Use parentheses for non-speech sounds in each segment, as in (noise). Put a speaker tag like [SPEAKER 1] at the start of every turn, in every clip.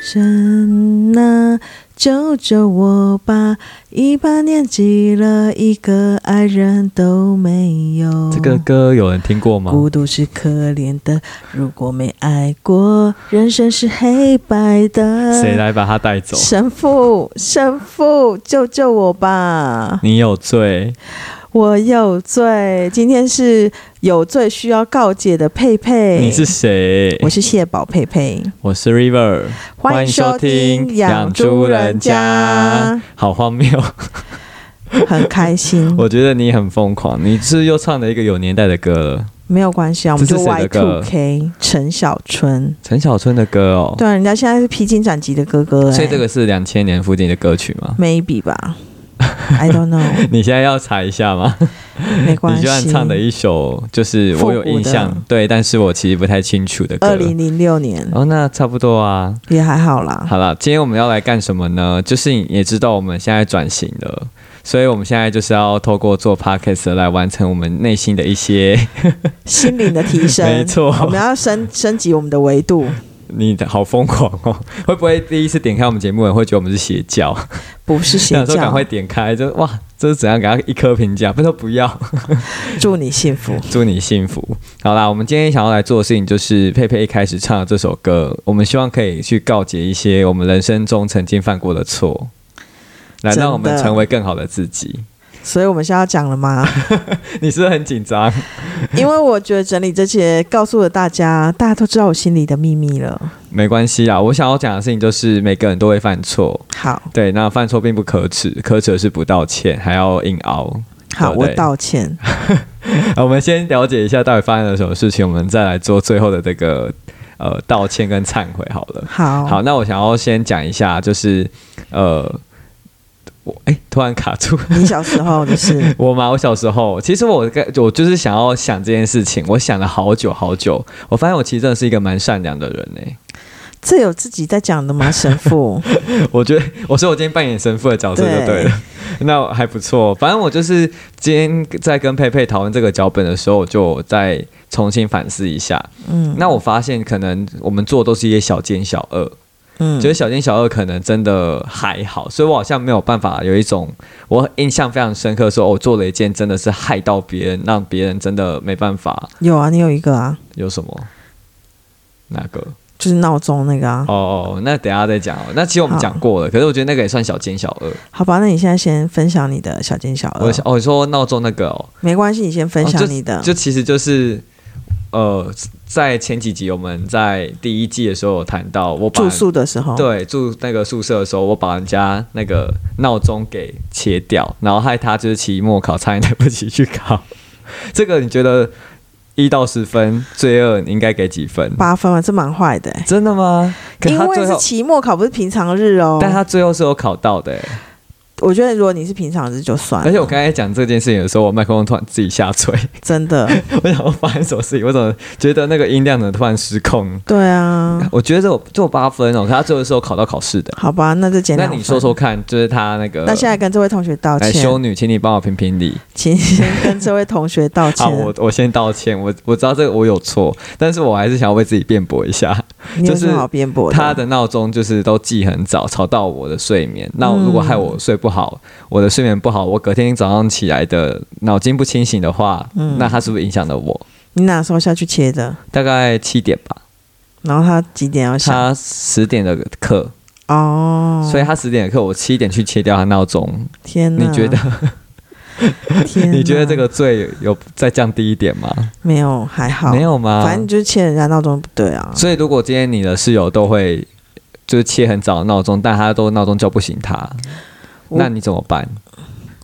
[SPEAKER 1] 神啊，救救我吧！一把年纪了，一个爱人都没有。
[SPEAKER 2] 这个歌有人听过吗？
[SPEAKER 1] 孤独是可怜的，如果没爱过，人生是黑白的。
[SPEAKER 2] 谁来把它带走？
[SPEAKER 1] 神父，神父，救救我吧！
[SPEAKER 2] 你有罪，
[SPEAKER 1] 我有罪，今天是有罪需要告解的佩佩。
[SPEAKER 2] 你是谁？
[SPEAKER 1] 我是蟹宝佩佩，
[SPEAKER 2] 我是 River，
[SPEAKER 1] 欢迎收听养猪人家，嗯
[SPEAKER 2] 好荒谬！
[SPEAKER 1] (laughs) 很开心。
[SPEAKER 2] 我觉得你很疯狂，你是又唱了一个有年代的歌了，
[SPEAKER 1] 没有关系啊，我们
[SPEAKER 2] 这
[SPEAKER 1] 就是 Y
[SPEAKER 2] 谁的
[SPEAKER 1] Two
[SPEAKER 2] 歌
[SPEAKER 1] K 陈小春。
[SPEAKER 2] 陈小春的歌哦。
[SPEAKER 1] 对啊，人家现在是披荆斩棘的哥哥、欸，哎
[SPEAKER 2] 所以这个是两千年附近的歌曲吗？
[SPEAKER 1] maybe
[SPEAKER 2] (laughs)
[SPEAKER 1] 吧，I don't know，
[SPEAKER 2] 你现在要查一下吗？
[SPEAKER 1] 嗯没关
[SPEAKER 2] 你居然
[SPEAKER 1] 系。
[SPEAKER 2] 唱的一首就是我有印
[SPEAKER 1] 复古
[SPEAKER 2] 象
[SPEAKER 1] 的，
[SPEAKER 2] 对，但是我其实不太清楚的歌。
[SPEAKER 1] 二零零六年
[SPEAKER 2] 哦，那差不多啊。
[SPEAKER 1] 也还好啦，
[SPEAKER 2] 好了，今天我们要来干什么呢？就是你也知道我们现在转型了，所以我们现在就是要透过做 podcast 来完成我们内心的一些。 (laughs)
[SPEAKER 1] 心灵的提升，
[SPEAKER 2] 没错
[SPEAKER 1] 我们要升升级我们的维度，
[SPEAKER 2] 你好疯狂哦！会不会第一次点开我们节目，人会觉得我们是邪教？
[SPEAKER 1] 不是邪
[SPEAKER 2] 想说赶
[SPEAKER 1] 教
[SPEAKER 2] 快。点开，就哇，这是怎样？给他一颗评价，不说不要。 (laughs)
[SPEAKER 1] 祝你幸福，
[SPEAKER 2] 祝你幸福。好啦，我们今天想要来做的事情就是佩佩一开始唱的这首歌，我们希望可以去告解一些我们人生中曾经犯过的错，来
[SPEAKER 1] 真的
[SPEAKER 2] 让我们成为更好的自己。
[SPEAKER 1] 所以我们现在要讲了
[SPEAKER 2] (laughs)
[SPEAKER 1] 吗？
[SPEAKER 2] 你是不是很紧张？
[SPEAKER 1] 因为我觉得整理这些告诉了大家，大家都知道我心里的秘密了。
[SPEAKER 2] 没关系啊，我想要讲的事情就是每个人都会犯错，
[SPEAKER 1] 好，
[SPEAKER 2] 对，那犯错并不可耻，可耻的是不道歉，还要硬熬。
[SPEAKER 1] 好，
[SPEAKER 2] 对不
[SPEAKER 1] 我
[SPEAKER 2] 对
[SPEAKER 1] 道歉。
[SPEAKER 2] 啊我们先了解一下到底发生了什么事情，我们再来做最后的这个呃道歉跟忏悔好了。
[SPEAKER 1] 好，
[SPEAKER 2] 好，那我想要先讲一下，就是呃，我哎、突然卡住 (laughs)
[SPEAKER 1] 你小时候的事
[SPEAKER 2] 我嘛，我小时候，其实我跟我就是想要想这件事情，我想了好久好久，我发现我其实真的是一个蛮善良的人哎、
[SPEAKER 1] 这有自己在讲的吗？神
[SPEAKER 2] (laughs)
[SPEAKER 1] 父，
[SPEAKER 2] 我觉得，我说我今天扮演神父的角色就对了， (laughs) 那还不错。反正我就是今天在跟佩佩讨论这个脚本的时候，我就再重新反思一下。
[SPEAKER 1] 嗯
[SPEAKER 2] 那我发现可能我们做都是一些小奸小恶，
[SPEAKER 1] 嗯
[SPEAKER 2] 觉，得小奸小恶可能真的还好，所以我好像没有办法有一种我印象非常深刻的说，哦我做了一件真的是害到别人，让别人真的没办法。
[SPEAKER 1] 有啊，你有一个啊，
[SPEAKER 2] 有什么？哪个？
[SPEAKER 1] 就是闹钟那个啊。
[SPEAKER 2] 哦哦，那等一下再讲哦。那其实我们
[SPEAKER 1] 好
[SPEAKER 2] 讲过了，可是我觉得那个也算小奸小恶。
[SPEAKER 1] 好吧，那你现在先分享你的小奸小
[SPEAKER 2] 我
[SPEAKER 1] 恶，
[SPEAKER 2] 想哦，你说闹钟那个哦，
[SPEAKER 1] 没关系，你先嗯分享你的。
[SPEAKER 2] 就其实就是呃，在前几集我们在第一季的时候有谈到，我把
[SPEAKER 1] 住宿哦的时候，，
[SPEAKER 2] 对，住那个宿舍的时候，我把人家那个闹钟给切掉，然后害他就是期末考差点来不及去考。 (laughs) 这个你觉得一到十分，罪恶你应该给几分？
[SPEAKER 1] 八分嘛，这蛮坏的欸、
[SPEAKER 2] 真的吗？可
[SPEAKER 1] 因
[SPEAKER 2] 他
[SPEAKER 1] 为
[SPEAKER 2] 最
[SPEAKER 1] 是
[SPEAKER 2] 后，
[SPEAKER 1] 期末考，不是平常日哦。
[SPEAKER 2] 但他最后是有考到的欸、
[SPEAKER 1] 啊我觉得如果你是平常日就算了，
[SPEAKER 2] 而且我刚才讲这件事情的时候，我麦克风突然自己下垂，
[SPEAKER 1] 真的，
[SPEAKER 2] (laughs) 我想我发生什么事情？我怎么觉得那个音量怎么突然失控？
[SPEAKER 1] 对啊，
[SPEAKER 2] 我觉得这有这有八分哦，可他最后是有考到考试的。
[SPEAKER 1] 好吧，那就简
[SPEAKER 2] 那
[SPEAKER 1] 单。
[SPEAKER 2] 你说说，看，就是他那个，
[SPEAKER 1] 那现在跟这位同学道
[SPEAKER 2] 哎，
[SPEAKER 1] 歉，
[SPEAKER 2] 修女，请你帮我评评理。
[SPEAKER 1] 请先跟这位同学道歉
[SPEAKER 2] (laughs) 好，。我我先道歉，我我知道这个我有错，但是我还是想要为自己辩驳一下。
[SPEAKER 1] 你有
[SPEAKER 2] 就是
[SPEAKER 1] 什么好辩驳
[SPEAKER 2] 他的闹钟就是都记很早，吵到我的睡眠。那我如果害我睡不好，我的睡眠不好，我隔天早上起来的脑筋不清醒的话，
[SPEAKER 1] 嗯
[SPEAKER 2] 那他是不是影响了我？
[SPEAKER 1] 你哪时候下去切的？
[SPEAKER 2] 大概七点吧，
[SPEAKER 1] 然后他几点要下？
[SPEAKER 2] 他十点的课，
[SPEAKER 1] 哦，
[SPEAKER 2] 所以他十点的课，我七点去切掉他闹钟。
[SPEAKER 1] 天哪！
[SPEAKER 2] 你觉得？ (laughs)
[SPEAKER 1] 天哪
[SPEAKER 2] 你觉得这个罪有再降低一点吗？
[SPEAKER 1] 没有还好？
[SPEAKER 2] 没，有啊吗？
[SPEAKER 1] 反正你就是切人家闹钟不对啊。
[SPEAKER 2] 所以如果今天你的室友都会就是切很早的闹钟，但他都闹钟叫不醒他，
[SPEAKER 1] 我
[SPEAKER 2] 那你怎么办？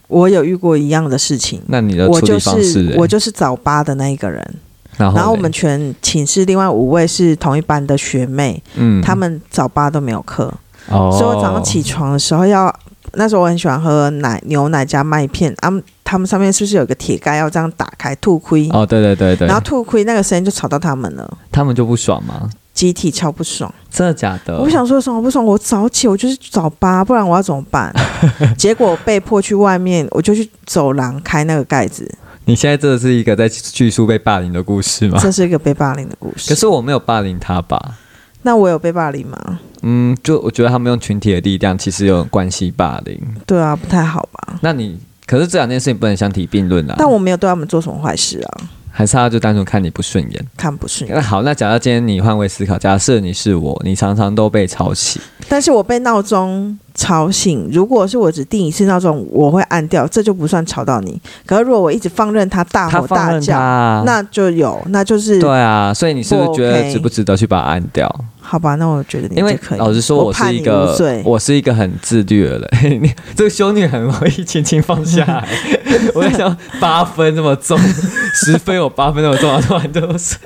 [SPEAKER 1] 我有遇过一样的事情，
[SPEAKER 2] 那你的
[SPEAKER 1] 我
[SPEAKER 2] 处
[SPEAKER 1] 就
[SPEAKER 2] 理方式、
[SPEAKER 1] 是
[SPEAKER 2] 欸
[SPEAKER 1] 我就是早八的那一个人，
[SPEAKER 2] 然后
[SPEAKER 1] 然后我
[SPEAKER 2] 嘞
[SPEAKER 1] 们全寝室另外五位是同一班的学妹，
[SPEAKER 2] 嗯
[SPEAKER 1] 她们早八都没有课，
[SPEAKER 2] 哦，
[SPEAKER 1] 所以我早上起床的时候要，那时候我很喜欢喝奶牛奶加麦片，他们他们上面是不是有个铁盖要这样打开吐亏，
[SPEAKER 2] 哦，对对对对，
[SPEAKER 1] 然后吐亏那个声音就吵到他们了。
[SPEAKER 2] 他们就不爽吗？
[SPEAKER 1] 集体超不爽，
[SPEAKER 2] 真的假的？
[SPEAKER 1] 我想说什么不爽？我早起，我就是早八，不然我要怎么
[SPEAKER 2] (laughs)
[SPEAKER 1] 办？结果被迫去外面，我就去走廊开那个盖子，
[SPEAKER 2] 你现在这是一个在叙述被霸凌的故事吗？
[SPEAKER 1] 这是一个被霸凌的故事。
[SPEAKER 2] 可是我没有霸凌他吧？
[SPEAKER 1] 那我有被霸凌吗？
[SPEAKER 2] 嗯，就我觉得他们用群体的力量，其实有关系霸凌。
[SPEAKER 1] 对啊，不太好吧？
[SPEAKER 2] 那你可是这两件事情不能相提并论啊。
[SPEAKER 1] 但我没有对他们做什么坏事啊，
[SPEAKER 2] 还是他就单纯看你不顺眼。
[SPEAKER 1] 看不顺眼。
[SPEAKER 2] 那好，那假如今天你换位思考，假设你是我，你常常都被抄袭，
[SPEAKER 1] 但是我被闹钟吵醒，如果是我只定一次闹钟，我会按掉，这就不算吵到你。可是如果我一直放任他大
[SPEAKER 2] 他
[SPEAKER 1] 吼
[SPEAKER 2] 放
[SPEAKER 1] 大
[SPEAKER 2] 任他
[SPEAKER 1] 叫，
[SPEAKER 2] 啊，
[SPEAKER 1] 那就有，那就是
[SPEAKER 2] 对啊，所以你是不是
[SPEAKER 1] 不
[SPEAKER 2] 觉得
[SPEAKER 1] OK
[SPEAKER 2] 值不值得去把它按掉？
[SPEAKER 1] 好吧？那我觉得你
[SPEAKER 2] 因为
[SPEAKER 1] 就可以。
[SPEAKER 2] 老实说，我
[SPEAKER 1] 判
[SPEAKER 2] 是
[SPEAKER 1] 你
[SPEAKER 2] 一
[SPEAKER 1] 无
[SPEAKER 2] 个
[SPEAKER 1] 罪。
[SPEAKER 2] 我是一个很自律的人， (laughs) 你这个修女很容易轻轻放
[SPEAKER 1] (laughs)
[SPEAKER 2] 下来。我在想八分这么重，十分有八分那么重，突然就是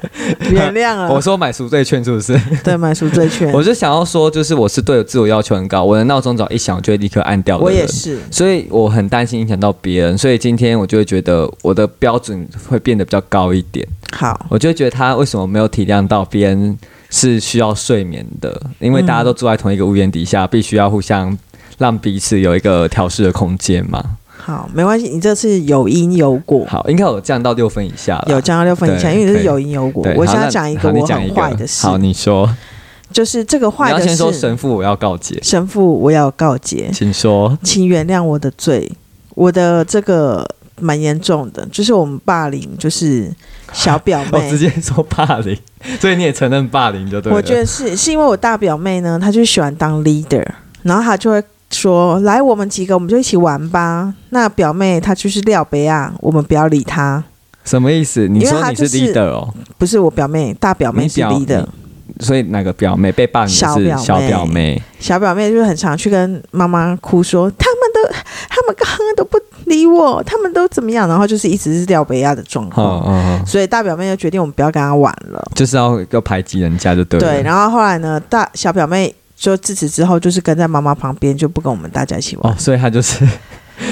[SPEAKER 1] 原谅了。
[SPEAKER 2] (laughs) 我说买赎罪券是不是？
[SPEAKER 1] 对买赎罪券，
[SPEAKER 2] 我是想要说，就是我是对自我要求很高，我的闹钟只要一响，我就会立刻按掉的
[SPEAKER 1] 我也
[SPEAKER 2] 人。
[SPEAKER 1] 是。
[SPEAKER 2] 所以我很担心影响到别人，所以今天我就会觉得我的标准会变得比较高一点。
[SPEAKER 1] 好，
[SPEAKER 2] 我就会觉得他为什么没有体谅到别人是需要睡眠的，因为大家都住在同一个屋檐底下，必须要互相让彼此有一个调试的空间嘛。
[SPEAKER 1] 好，没关系，你这次有因有果，
[SPEAKER 2] 好，应该有降到六分以下了。
[SPEAKER 1] 嗯有降到六分以下，
[SPEAKER 2] 对
[SPEAKER 1] 因为你
[SPEAKER 2] 可
[SPEAKER 1] 是
[SPEAKER 2] 以
[SPEAKER 1] 有因有果
[SPEAKER 2] 对。，
[SPEAKER 1] 我
[SPEAKER 2] 好
[SPEAKER 1] 想
[SPEAKER 2] 那
[SPEAKER 1] 讲一个
[SPEAKER 2] 好你
[SPEAKER 1] 我
[SPEAKER 2] 讲
[SPEAKER 1] 很坏的事
[SPEAKER 2] 好，，你说，
[SPEAKER 1] 就是这个
[SPEAKER 2] 你
[SPEAKER 1] 坏
[SPEAKER 2] 要
[SPEAKER 1] 的
[SPEAKER 2] 先说
[SPEAKER 1] 事，
[SPEAKER 2] 神父，我要告解，
[SPEAKER 1] 神父，我要告诫。
[SPEAKER 2] 请说。
[SPEAKER 1] 请原谅我的罪，我的这个蛮严重的，就是我们霸凌，就是小表
[SPEAKER 2] (laughs) 我
[SPEAKER 1] 妹
[SPEAKER 2] 哦直。接说霸凌， (laughs) 所以你也承认霸凌就对了。
[SPEAKER 1] 我觉得是是因为我大表妹呢，她就喜欢当 leader，然后她就会说：“来，我们几个我们就一起玩吧。”那表妹她就是廖北啊，我们不要理她。
[SPEAKER 2] 什么意思？你
[SPEAKER 1] 因为
[SPEAKER 2] 说
[SPEAKER 1] 他
[SPEAKER 2] 你
[SPEAKER 1] 就是是
[SPEAKER 2] leader 哦，
[SPEAKER 1] 不是我表妹，大表妹
[SPEAKER 2] 你
[SPEAKER 1] 是
[SPEAKER 2] 表
[SPEAKER 1] leader，
[SPEAKER 2] 所以哪个表妹被霸凌
[SPEAKER 1] 小
[SPEAKER 2] 的是
[SPEAKER 1] 表
[SPEAKER 2] 小
[SPEAKER 1] 妹
[SPEAKER 2] 表妹？
[SPEAKER 1] 小表妹就是很常去跟妈妈哭说，他们都他们刚刚都不理我，他们都怎么样，然后就是一直是廖北亚的状况。
[SPEAKER 2] 哦哦哦，
[SPEAKER 1] 所以大表妹就决定我们不要跟她玩了。
[SPEAKER 2] 就是要要排挤人家就对了。
[SPEAKER 1] 对，然后后来呢，大小表妹就自此之后就是跟在妈妈旁边，就不跟我们大家一起玩。
[SPEAKER 2] 哦，所以他就是 (laughs)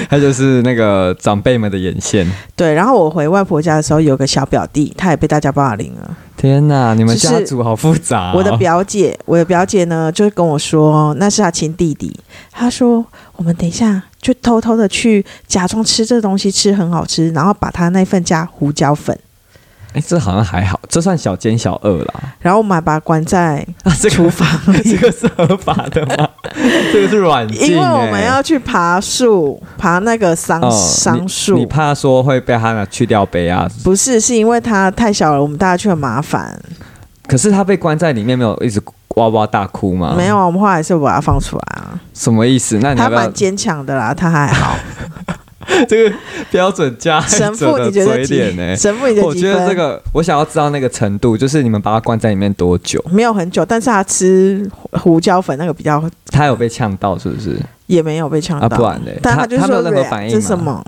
[SPEAKER 2] 他就是那个长辈们的眼线。
[SPEAKER 1] 对，然后我回外婆家的时候，有个小表弟，他也被大家霸凌了。
[SPEAKER 2] 天哪，你们
[SPEAKER 1] 就是
[SPEAKER 2] 家族好复杂哦、
[SPEAKER 1] 我的表姐，我的表姐呢，就是跟我说，那是她亲弟弟。她说，我们等一下就偷偷的去假装吃这东西，吃很好吃，然后把他那份加胡椒粉，
[SPEAKER 2] 哎、这好像还好，这算小奸小恶
[SPEAKER 1] (laughs)
[SPEAKER 2] 啦。
[SPEAKER 1] 然后我们还把他关在
[SPEAKER 2] 啊，这个 (laughs) 这个是合法的
[SPEAKER 1] (laughs)
[SPEAKER 2] 吗？这个是软禁、欸，
[SPEAKER 1] 因为我们要去爬树，爬那个桑、
[SPEAKER 2] 哦
[SPEAKER 1] 桑树。
[SPEAKER 2] 你怕说会被他拿去掉杯啊？
[SPEAKER 1] 不是，是因为他太小了，我们大家去很麻烦。
[SPEAKER 2] 可是他被关在里面，没有一直哇哇大哭吗？
[SPEAKER 1] 没，有啊，我们后来是把他放出来啊。
[SPEAKER 2] 什么意思？那你
[SPEAKER 1] 他
[SPEAKER 2] 要不要 (laughs)
[SPEAKER 1] 蛮坚强的啦，他还好。
[SPEAKER 2] 这个标准加害
[SPEAKER 1] 神
[SPEAKER 2] 者
[SPEAKER 1] 父，
[SPEAKER 2] 的
[SPEAKER 1] 你觉得
[SPEAKER 2] 嘴
[SPEAKER 1] 几
[SPEAKER 2] 脸呢、？
[SPEAKER 1] 神父，你觉得
[SPEAKER 2] 我
[SPEAKER 1] 几
[SPEAKER 2] 觉
[SPEAKER 1] 分？
[SPEAKER 2] 得这个，我想要知道那个程度，就是你们把他关在里面多久？
[SPEAKER 1] 没有很久，但是他吃胡椒粉那个比较
[SPEAKER 2] 他有被呛到是不是？
[SPEAKER 1] 也没有被呛
[SPEAKER 2] 啊，
[SPEAKER 1] 到，
[SPEAKER 2] 不然嘞，
[SPEAKER 1] 但
[SPEAKER 2] 他
[SPEAKER 1] 就是
[SPEAKER 2] 他没有
[SPEAKER 1] 说
[SPEAKER 2] 任何反应
[SPEAKER 1] 这
[SPEAKER 2] 吗
[SPEAKER 1] 是什？么？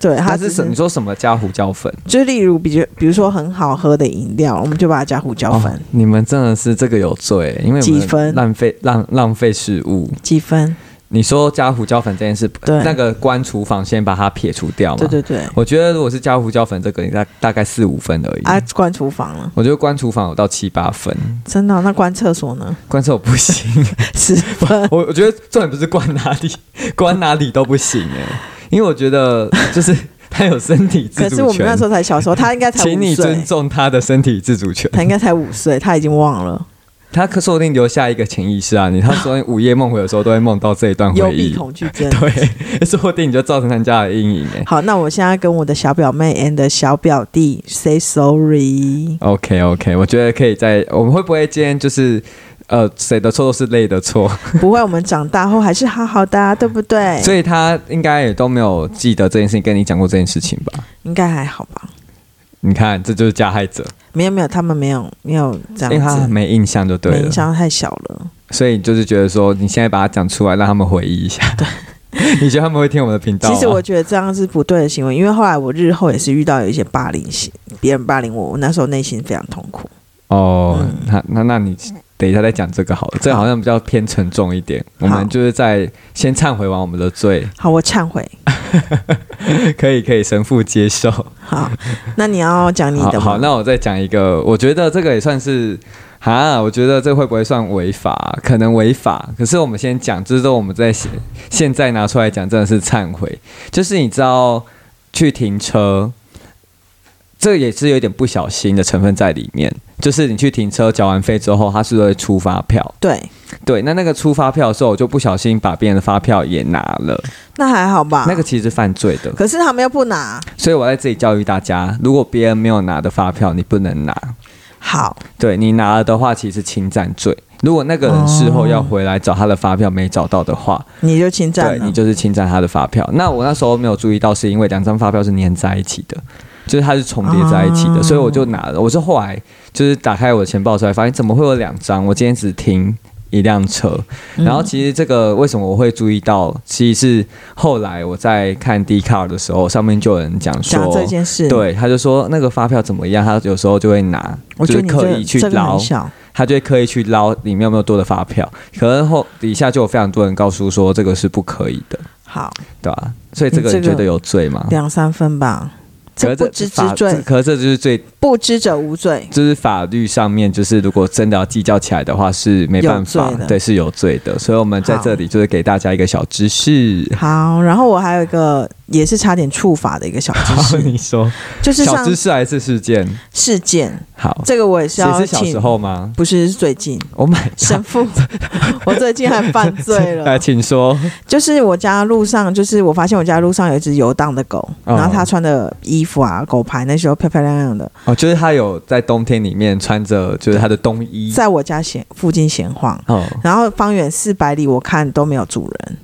[SPEAKER 1] 对，他
[SPEAKER 2] 他
[SPEAKER 1] 只
[SPEAKER 2] 是什？你说什么加胡椒粉？
[SPEAKER 1] 就例如比较，比如说很好喝的饮料，我们就把它加胡椒粉。
[SPEAKER 2] 哦，你们真的是这个有罪，因为你
[SPEAKER 1] 几
[SPEAKER 2] 们
[SPEAKER 1] 分
[SPEAKER 2] 浪费浪浪费食物。
[SPEAKER 1] 几分？
[SPEAKER 2] 你说加胡椒粉这件事，
[SPEAKER 1] 对
[SPEAKER 2] 那个关厨房先把它撇除掉嘛？
[SPEAKER 1] 对对对，
[SPEAKER 2] 我觉得如果是加胡椒粉这个，大大概四五分而已。
[SPEAKER 1] 啊，关厨房了，
[SPEAKER 2] 我觉得关厨房有到七八分，
[SPEAKER 1] 真的哦、那关厕所呢？
[SPEAKER 2] 关厕所不行。 (laughs)
[SPEAKER 1] 十分。
[SPEAKER 2] 我我觉得重点不是关哪里， (laughs) 关哪里都不行哎、因为我觉得就是他有身体自
[SPEAKER 1] 可
[SPEAKER 2] 主权。
[SPEAKER 1] 是我们那时候才小时候，他应该才
[SPEAKER 2] 请
[SPEAKER 1] 五
[SPEAKER 2] 你尊
[SPEAKER 1] 岁，
[SPEAKER 2] 重他的身体自主权。
[SPEAKER 1] 他应该才五岁，他已经忘
[SPEAKER 2] 哦
[SPEAKER 1] 了。
[SPEAKER 2] 他可说不定留下一个潜意识啊，你他说午夜梦回的时候都会梦到这一段
[SPEAKER 1] 幽
[SPEAKER 2] 回
[SPEAKER 1] 闭 (laughs)
[SPEAKER 2] 忆，
[SPEAKER 1] 恐惧症。
[SPEAKER 2] 对，说不定你就造成他家的阴影哎、
[SPEAKER 1] 好，那我现在跟我的小表妹 and 小表弟 say sorry。
[SPEAKER 2] OK OK，我觉得可以在我们会不会今天就是呃谁的错都是累的错，
[SPEAKER 1] 不会，我们长大后还是好好的、啊，对不对？
[SPEAKER 2] 所以他应该也都没有记得这件事情，跟你讲过这件事情吧？
[SPEAKER 1] 应该还好吧？
[SPEAKER 2] 你看，这就是加害者，
[SPEAKER 1] 没有没有，他们没有没有这
[SPEAKER 2] 因为
[SPEAKER 1] 样
[SPEAKER 2] 他
[SPEAKER 1] 子，
[SPEAKER 2] 没印象就对啊
[SPEAKER 1] 没
[SPEAKER 2] 了
[SPEAKER 1] 印。象太小了。
[SPEAKER 2] 所以就是觉得说，你现在把它讲出来，让他们回忆
[SPEAKER 1] (laughs)
[SPEAKER 2] 一下。对，你觉得他们会听我们的频道、
[SPEAKER 1] 其实我，觉得这样是不对的行为，因为后来我日后也是遇到有一些霸凌行，别人霸凌我，我那时候内心非常痛苦。
[SPEAKER 2] 哦，
[SPEAKER 1] 嗯
[SPEAKER 2] 那那那你等一下再讲这个好了，这个好像比较偏沉重一点。我们就是在先忏悔完我们的罪，
[SPEAKER 1] 好，我忏悔。
[SPEAKER 2] 可以可以，神父接受。 (laughs)
[SPEAKER 1] 好，那你要讲你
[SPEAKER 2] 好
[SPEAKER 1] 的吗
[SPEAKER 2] 好，那我再讲一个，我觉得这个也算是。哈，我觉得这会不会算违法？可能违法。可是我们先讲，就是说我们在现现在拿出来讲，真的是忏悔。就是你知道去停车，这也是有点不小心的成分在里面。就是你去停车缴完费之后，它是会出发票。
[SPEAKER 1] 对，
[SPEAKER 2] 对，那那个出发票的时候，我就不小心把别人的发票也拿了，
[SPEAKER 1] 那还好吧。
[SPEAKER 2] 那个其实是犯罪的。
[SPEAKER 1] 可是他们又不拿，
[SPEAKER 2] 所以我在这里教育大家，如果别人没有拿的发票，你不能拿。
[SPEAKER 1] 好，
[SPEAKER 2] 对你拿了的话，其实是侵占罪。如果那个人事后要回来找他的发票没找到的话，
[SPEAKER 1] 你就侵占
[SPEAKER 2] 对
[SPEAKER 1] 了。
[SPEAKER 2] 你就是侵占他的发票。那我那时候没有注意到，是因为两张发票是粘在一起的，就是它是重叠在一起的，
[SPEAKER 1] 哦
[SPEAKER 2] 所以我就拿了。我是后来就是打开我的钱包出来，发现哎怎么会有两张？我今天只停一辆车，然后其实这个为什么我会注意到？其实是后来我在看 d c a r 的时候，上面就有人讲
[SPEAKER 1] 讲
[SPEAKER 2] 说
[SPEAKER 1] 这件事，，
[SPEAKER 2] 对，他就说那个发票怎么样，他有时候就会拿，
[SPEAKER 1] 我觉
[SPEAKER 2] 就
[SPEAKER 1] 得
[SPEAKER 2] 是
[SPEAKER 1] 你
[SPEAKER 2] 刻
[SPEAKER 1] 这
[SPEAKER 2] 意去
[SPEAKER 1] 这个
[SPEAKER 2] 捞
[SPEAKER 1] 很，小，
[SPEAKER 2] 他就会刻意去捞里面有没有多的发票。可能后底下就有非常多人告诉说这个是不可以的，
[SPEAKER 1] 好
[SPEAKER 2] 对吧、所以这个
[SPEAKER 1] 你这
[SPEAKER 2] 你
[SPEAKER 1] 个
[SPEAKER 2] 觉得有罪吗？
[SPEAKER 1] 两三分吧。嗯
[SPEAKER 2] 可是
[SPEAKER 1] 这不知之
[SPEAKER 2] 法
[SPEAKER 1] 罪，
[SPEAKER 2] 可是这就是最，
[SPEAKER 1] 不知者无罪。
[SPEAKER 2] 就是法律上面，就是如果真的要计较起来的话，是没办
[SPEAKER 1] 有
[SPEAKER 2] 法
[SPEAKER 1] 罪的，
[SPEAKER 2] 对，是有罪的。所以我们在
[SPEAKER 1] 好
[SPEAKER 2] 这里就是给大家一个小知识。
[SPEAKER 1] 好，然后我还有一个也是差点触法的一个小知
[SPEAKER 2] (laughs) 好，
[SPEAKER 1] 识，
[SPEAKER 2] 你说
[SPEAKER 1] 就是
[SPEAKER 2] 小
[SPEAKER 1] 上
[SPEAKER 2] 知识还是事件？
[SPEAKER 1] 事件，
[SPEAKER 2] 好，
[SPEAKER 1] 这个我也是
[SPEAKER 2] 也
[SPEAKER 1] 要
[SPEAKER 2] 是小
[SPEAKER 1] 请，
[SPEAKER 2] 时候吗
[SPEAKER 1] 不是是最近
[SPEAKER 2] ？Oh my god！
[SPEAKER 1] 神
[SPEAKER 2] (laughs)
[SPEAKER 1] 父，我最近还犯罪了
[SPEAKER 2] 来，。请说。
[SPEAKER 1] 就是我家路上，就是我发现我家路上有一只游荡的狗，
[SPEAKER 2] 哦
[SPEAKER 1] 然后它穿的衣服啊，狗牌那时候漂漂亮亮的，
[SPEAKER 2] 哦，就是他有在冬天里面穿着就是他的冬衣
[SPEAKER 1] 在我家闲附近闲晃，
[SPEAKER 2] 哦，
[SPEAKER 1] 然后方圆四百里我看都没有主人，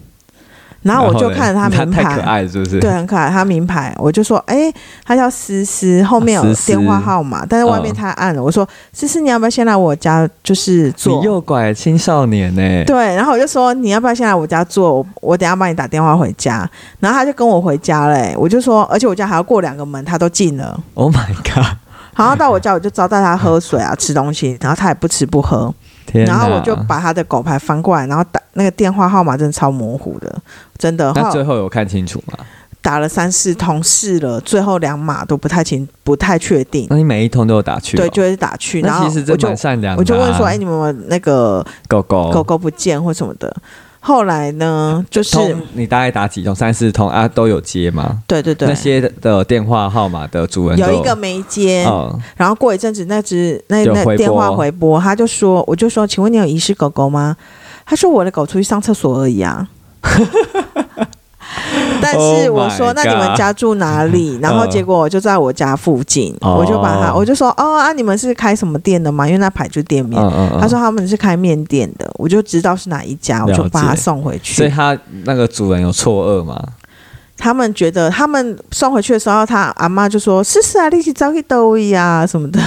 [SPEAKER 1] 然后我就
[SPEAKER 2] 嘞
[SPEAKER 1] 看着它
[SPEAKER 2] 他
[SPEAKER 1] 名
[SPEAKER 2] 太可
[SPEAKER 1] 牌，
[SPEAKER 2] 爱了，是不是？
[SPEAKER 1] 对，，很可爱，它名牌，我就说，哎，它叫思思，后面有
[SPEAKER 2] 啊思思
[SPEAKER 1] 电话号码，但是外面
[SPEAKER 2] 嗯
[SPEAKER 1] 太暗了，我说思思，你要不要先来我家，就是
[SPEAKER 2] 你
[SPEAKER 1] 坐？
[SPEAKER 2] 诱拐青少年欸呢、
[SPEAKER 1] 对，然后我就说你要不要先来我家坐，我我等一下帮你打电话回家。然后他就跟我回家嘞、我就说，而且我家还要过两个门，他都进了。
[SPEAKER 2] o h Oh my god！
[SPEAKER 1] 然后到我家我就招待他喝水啊、吃东西，然后他也不吃不喝。
[SPEAKER 2] 天哪！
[SPEAKER 1] 然后我就把他的狗牌翻过来，然后打那个电话号码真的超模糊的，真的。
[SPEAKER 2] 那
[SPEAKER 1] 后
[SPEAKER 2] 最
[SPEAKER 1] 来
[SPEAKER 2] 后有看清楚吗？
[SPEAKER 1] 打了三四通试了，最后两码都不太清，不太确定。
[SPEAKER 2] 那你每一通都有打去、哦？
[SPEAKER 1] 对，就是打去，然
[SPEAKER 2] 那
[SPEAKER 1] 后
[SPEAKER 2] 其实
[SPEAKER 1] 我
[SPEAKER 2] 这
[SPEAKER 1] 就
[SPEAKER 2] 蛮善良的、啊。哦
[SPEAKER 1] 我就问说，哎、你们有没有那个
[SPEAKER 2] 狗狗
[SPEAKER 1] 狗狗不见或什么的？后来呢，就是
[SPEAKER 2] 通你大概打几通？三四通啊，都有接吗？
[SPEAKER 1] 对对对，
[SPEAKER 2] 那些的电话号码的主人都
[SPEAKER 1] 有一个没接，
[SPEAKER 2] 哦，
[SPEAKER 1] 然后过一阵子那只那
[SPEAKER 2] 有
[SPEAKER 1] 那
[SPEAKER 2] 回拨
[SPEAKER 1] 电话回拨，他就说，我就说，请问你有遗失狗狗吗？他说我的狗出去上厕所而已啊。 (laughs) 但是
[SPEAKER 2] Oh
[SPEAKER 1] 我
[SPEAKER 2] my
[SPEAKER 1] 说、那你们
[SPEAKER 2] God
[SPEAKER 1] 家住哪里？ (laughs) 然后结果就在我家附近，
[SPEAKER 2] 哦
[SPEAKER 1] 我就把他，我就说哦啊，你们是开什么店的吗？因为那牌就店面。
[SPEAKER 2] 嗯嗯嗯，
[SPEAKER 1] 他说他们是开面店的，我就知道是哪一家，我就
[SPEAKER 2] 了解
[SPEAKER 1] 把他送回
[SPEAKER 2] 所以
[SPEAKER 1] 去。
[SPEAKER 2] 他那个主人有错愕吗？
[SPEAKER 1] 他们觉得他们送回去的时候，他阿妈就说：“是是啊，你去找去兜呀什么的。”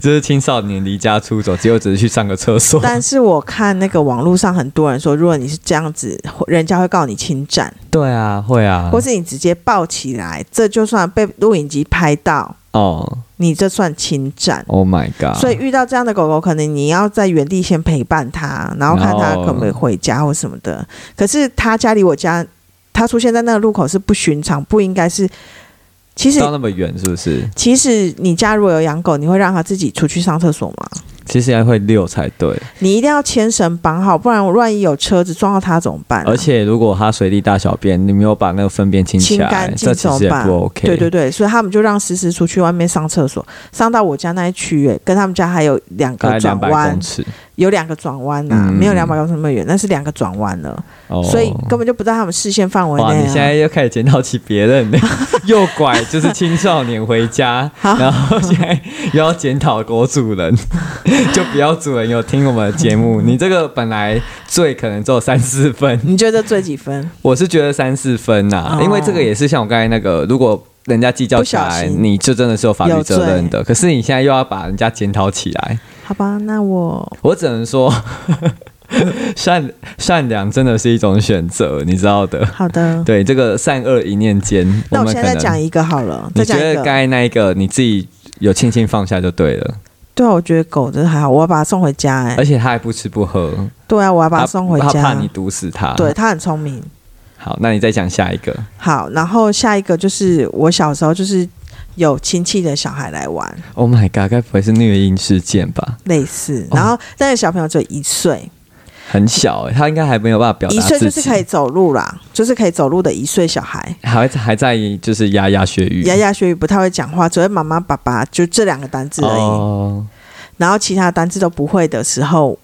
[SPEAKER 2] 就是青少年离家出走，结果只是去上个厕 (laughs) 所。
[SPEAKER 1] 但是我看那个网络上很多人说，如果你是这样子，人家会告你侵占，
[SPEAKER 2] 对啊，会啊。
[SPEAKER 1] 或是你直接抱起来，这就算被录影机拍到，
[SPEAKER 2] 哦
[SPEAKER 1] 你这算侵占。
[SPEAKER 2] ，Oh my god！
[SPEAKER 1] 所以遇到这样的狗狗，可能你要在原地先陪伴它，然后看它可不可以回家或什么的。可是它家离我家，它出现在那个路口是不寻常，不应该是。其实
[SPEAKER 2] 到，那么远是不是？
[SPEAKER 1] 其实你家如果有养狗，你会让它自己出去上厕所吗？
[SPEAKER 2] 其实应该会溜才对。
[SPEAKER 1] 你一定要牵绳绑好，不然我万一有车子撞到它怎么办啊、
[SPEAKER 2] 而且如果它随地大小便，你没有把那个粪便清起
[SPEAKER 1] 清
[SPEAKER 2] 来
[SPEAKER 1] 干，净
[SPEAKER 2] 这其
[SPEAKER 1] 怎么
[SPEAKER 2] 实也
[SPEAKER 1] 办
[SPEAKER 2] 不 OK。
[SPEAKER 1] 对对对，所以他们就让思思出去外面上厕所，上到我家那一区耶，跟他们家还有两
[SPEAKER 2] 大概
[SPEAKER 1] 个
[SPEAKER 2] 两
[SPEAKER 1] 转
[SPEAKER 2] 百
[SPEAKER 1] 弯
[SPEAKER 2] 公，尺。
[SPEAKER 1] 有两个转弯呐、
[SPEAKER 2] 嗯
[SPEAKER 1] 没有两百公尺那么远，那是两个转弯了，
[SPEAKER 2] 哦
[SPEAKER 1] 所以根本就不在他们视线范围内、
[SPEAKER 2] 哇，
[SPEAKER 1] 啊。
[SPEAKER 2] 你现在又开始检讨起别人了，
[SPEAKER 1] (laughs)
[SPEAKER 2] 诱拐就是青少年回家，然后现在又要检讨国
[SPEAKER 1] (laughs)
[SPEAKER 2] 主人，就不要主人有听我们的节目。你这个本来罪可能只有三四分，
[SPEAKER 1] 你觉得最几分？
[SPEAKER 2] 我是觉得三四分呐、
[SPEAKER 1] 哦
[SPEAKER 2] 因为这个也是像我刚才那个，如果人家计较起
[SPEAKER 1] 不小
[SPEAKER 2] 来，
[SPEAKER 1] 心
[SPEAKER 2] 你就真的是有法律责任的。可是你现在又要把人家检讨起来，
[SPEAKER 1] 好吧，那我
[SPEAKER 2] 我只能说， (laughs) 善善良真的是一种选择，你知道的。
[SPEAKER 1] 好的。
[SPEAKER 2] (laughs) 对，这个善恶一念间，
[SPEAKER 1] 那
[SPEAKER 2] 我
[SPEAKER 1] 我
[SPEAKER 2] 们
[SPEAKER 1] 现
[SPEAKER 2] 可
[SPEAKER 1] 在再讲
[SPEAKER 2] 能
[SPEAKER 1] 一个好了，再
[SPEAKER 2] 你
[SPEAKER 1] 讲
[SPEAKER 2] 觉
[SPEAKER 1] 一
[SPEAKER 2] 得刚
[SPEAKER 1] 个。
[SPEAKER 2] 才那一个你自己有轻轻放下就对了，
[SPEAKER 1] 对啊，我觉得狗真的还好，我要把它送回家哎、
[SPEAKER 2] 而且他还不吃不喝，
[SPEAKER 1] 对啊，我要把它
[SPEAKER 2] 他
[SPEAKER 1] 送回
[SPEAKER 2] 他怕
[SPEAKER 1] 家
[SPEAKER 2] 你。啊毒死他。
[SPEAKER 1] 对，，它很聪明。
[SPEAKER 2] 好，那你再讲下一个。
[SPEAKER 1] 好，然后下一个就是我小时候就是有亲戚的小孩来玩，
[SPEAKER 2] Oh my god，该不会是虐婴事件吧？
[SPEAKER 1] 类似，
[SPEAKER 2] 哦
[SPEAKER 1] 然后那个小朋友只有一岁，
[SPEAKER 2] 很小、欸，他应该还没有办法表达
[SPEAKER 1] 一岁就是可以
[SPEAKER 2] 以，
[SPEAKER 1] 走路啦，就是可以走路的一岁小孩，
[SPEAKER 2] 还还在就是牙牙学语，
[SPEAKER 1] 牙牙学语不太会讲话，只会妈妈、爸爸，就这两个单字而已。
[SPEAKER 2] 哦，
[SPEAKER 1] 然后其他单字都不会的时候，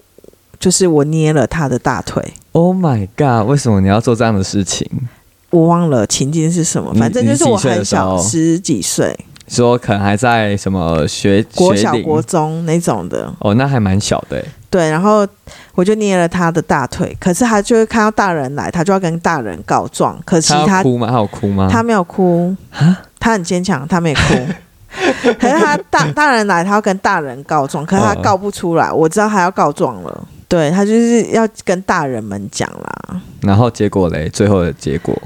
[SPEAKER 1] 就是我捏了他的大腿，
[SPEAKER 2] Oh my god！为什么你要做这样的事情？
[SPEAKER 1] 我忘了情境是什么，
[SPEAKER 2] 你
[SPEAKER 1] 反正就是我
[SPEAKER 2] 你几岁的
[SPEAKER 1] 很小，
[SPEAKER 2] 时候
[SPEAKER 1] 十几岁，
[SPEAKER 2] 说可能还在什么学
[SPEAKER 1] 国
[SPEAKER 2] 学
[SPEAKER 1] 小、
[SPEAKER 2] 龄
[SPEAKER 1] 国中那种的。
[SPEAKER 2] 哦，那还蛮小的欸。
[SPEAKER 1] 对，然后我就捏了他的大腿，可是他就会看到大人来，他就要跟大人告状。可惜
[SPEAKER 2] 他要
[SPEAKER 1] 他
[SPEAKER 2] 哭吗？他有哭吗？
[SPEAKER 1] 他没有哭，
[SPEAKER 2] 啊
[SPEAKER 1] 他很坚强，他没哭。
[SPEAKER 2] (laughs)
[SPEAKER 1] 可是他大大人来，他要跟大人告状，可是他
[SPEAKER 2] 嗯
[SPEAKER 1] 告不出来。我知道他要告状了，对他就是要跟大人们讲啦。
[SPEAKER 2] 然后结果嘞，最后的结果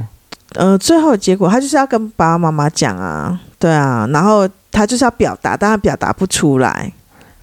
[SPEAKER 1] 呃，最后的结果他就是要跟爸爸妈妈讲啊，对啊，然后他就是要表达，但他表达不出来。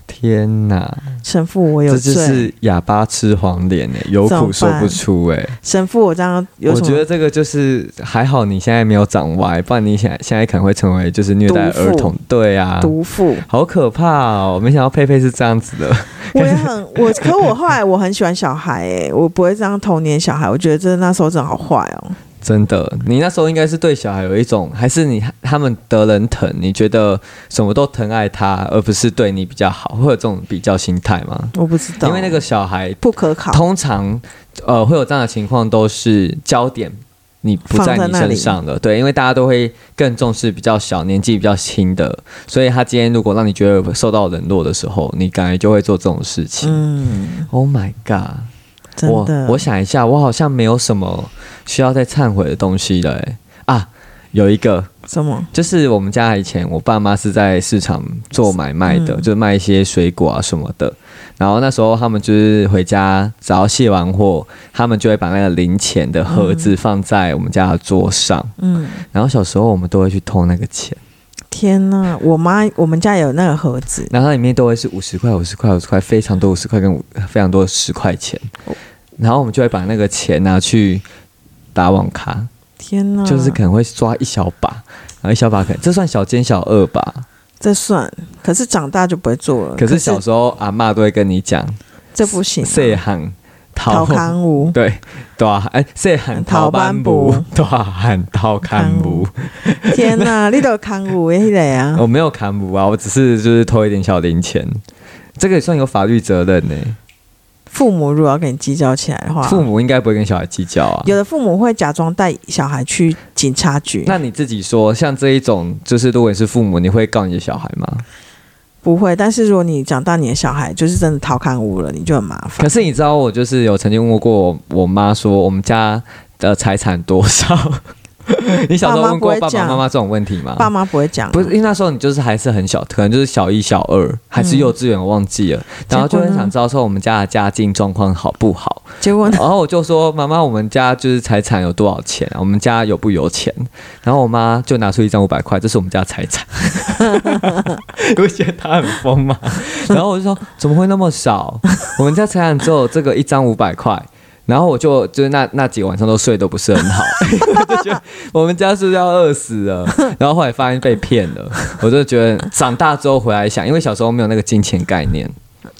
[SPEAKER 2] 天哪，
[SPEAKER 1] 神父，我有罪。
[SPEAKER 2] 这就是哑巴吃黄连哎，有
[SPEAKER 1] 怎么
[SPEAKER 2] 苦说不
[SPEAKER 1] 办
[SPEAKER 2] 出哎。
[SPEAKER 1] 神父，我这样有
[SPEAKER 2] 我
[SPEAKER 1] 什
[SPEAKER 2] 觉
[SPEAKER 1] 么
[SPEAKER 2] 得？这个就是还好，你现在没有长歪，不然你现在现在可能会成为就是虐待
[SPEAKER 1] 毒妇
[SPEAKER 2] 儿童。对啊，
[SPEAKER 1] 毒妇，
[SPEAKER 2] (laughs) 好可怕哦！没想到佩佩是这样子的， (laughs)
[SPEAKER 1] 我也很我，可我后来我很喜欢小孩诶、我不会这样童年小孩，我觉得真的那时候真的好坏哦。
[SPEAKER 2] 真的。你那时候应该是对小孩有一种，还是你他们得人疼，你觉得什么都疼爱他，而不是对你比较好，会有这种比较心态吗？
[SPEAKER 1] 我不知道，
[SPEAKER 2] 因为那个小孩
[SPEAKER 1] 不可考，
[SPEAKER 2] 通常呃会有这样的情况，都是焦点你不在
[SPEAKER 1] 放
[SPEAKER 2] 你
[SPEAKER 1] 在那里
[SPEAKER 2] 身上的，对，因为大家都会更重视比较小年纪比较轻的，所以他今天如果让你觉得受到冷落的时候，你感觉就会做这种事情。
[SPEAKER 1] 嗯，
[SPEAKER 2] Oh my god！
[SPEAKER 1] 真
[SPEAKER 2] 我
[SPEAKER 1] 的，
[SPEAKER 2] 我想一下，我好像没有什么需要再忏悔的东西了、欸、啊。有一个，
[SPEAKER 1] 什么？
[SPEAKER 2] 就是我们家以前我爸妈是在市场做买卖的，
[SPEAKER 1] 嗯
[SPEAKER 2] 就是卖一些水果啊什么的。然后那时候他们就是回家，只要卸完货，他们就会把那个零钱的盒子放在我们家的桌上。
[SPEAKER 1] 嗯，
[SPEAKER 2] 然后小时候我们都会去偷那个钱，
[SPEAKER 1] 天呐，我妈我们家有那个盒子，
[SPEAKER 2] 然后它里面都会是五十块、五十块、五十块，非常多五十块跟五非常多十块钱。
[SPEAKER 1] 哦
[SPEAKER 2] 然后我们就会把那个钱拿去打网咖，
[SPEAKER 1] 天呐，
[SPEAKER 2] 就是可能会抓一小把，然后一小把可能这算小奸小恶吧。
[SPEAKER 1] 这算，可是长大就不会做了。
[SPEAKER 2] 呃可是嗯小时候阿嬷都会跟你讲，
[SPEAKER 1] 这不行、
[SPEAKER 2] 岁
[SPEAKER 1] 啊，
[SPEAKER 2] 行
[SPEAKER 1] 陶
[SPEAKER 2] 逃
[SPEAKER 1] 康
[SPEAKER 2] (laughs)
[SPEAKER 1] 无，
[SPEAKER 2] 对，大汉哎，岁行逃班
[SPEAKER 1] 逃
[SPEAKER 2] 不
[SPEAKER 1] 班，
[SPEAKER 2] 大汉逃看不。
[SPEAKER 1] 天呐，你都有康无诶嘞啊！
[SPEAKER 2] 我没有看不啊，我只是就是偷一点小零钱，这个也算有法律责任呢、
[SPEAKER 1] 父母如果要跟你计较起来的话，
[SPEAKER 2] 父母应该不会跟小孩计较啊。
[SPEAKER 1] 有的父母会假装带小孩去警察局，
[SPEAKER 2] 那你自己说，像这一种，就是如果你是父母，你会告你的小孩吗？
[SPEAKER 1] 不会。但是如果你长大，你的小孩就是真的逃康无了，你就很麻烦
[SPEAKER 2] 可。是你知道，我就是有曾经问过我我妈说，我们家的财产多少？ (laughs) 你小时候问过
[SPEAKER 1] 爸妈不
[SPEAKER 2] 爸
[SPEAKER 1] 会讲
[SPEAKER 2] 爸妈妈这种问题吗？
[SPEAKER 1] 爸妈不会讲啊，
[SPEAKER 2] 不是，因为那时候你就是还是很小，可能就是小一、小二，还
[SPEAKER 1] 嗯
[SPEAKER 2] 是幼稚园，我忘记了。然后就很想知道说我们家的家境状况好不好。
[SPEAKER 1] 结果呢？
[SPEAKER 2] (laughs) 然后我就说：“妈妈，我们家就是财产有多少钱啊？我们家有不有钱？”然后我妈就拿出一张五百块，这是我们家的财产。 (laughs) 你不觉得她很疯吗？然后我就说：“怎么会那么少？我们家财产只有这个一张五百块。”然后我就就是那那几个晚上都睡得不是很好， (laughs) 我就觉得我们家是不是要饿死了？然后后来发现被骗了，我就觉得长大之后回来想，因为小时候没有那个金钱概念，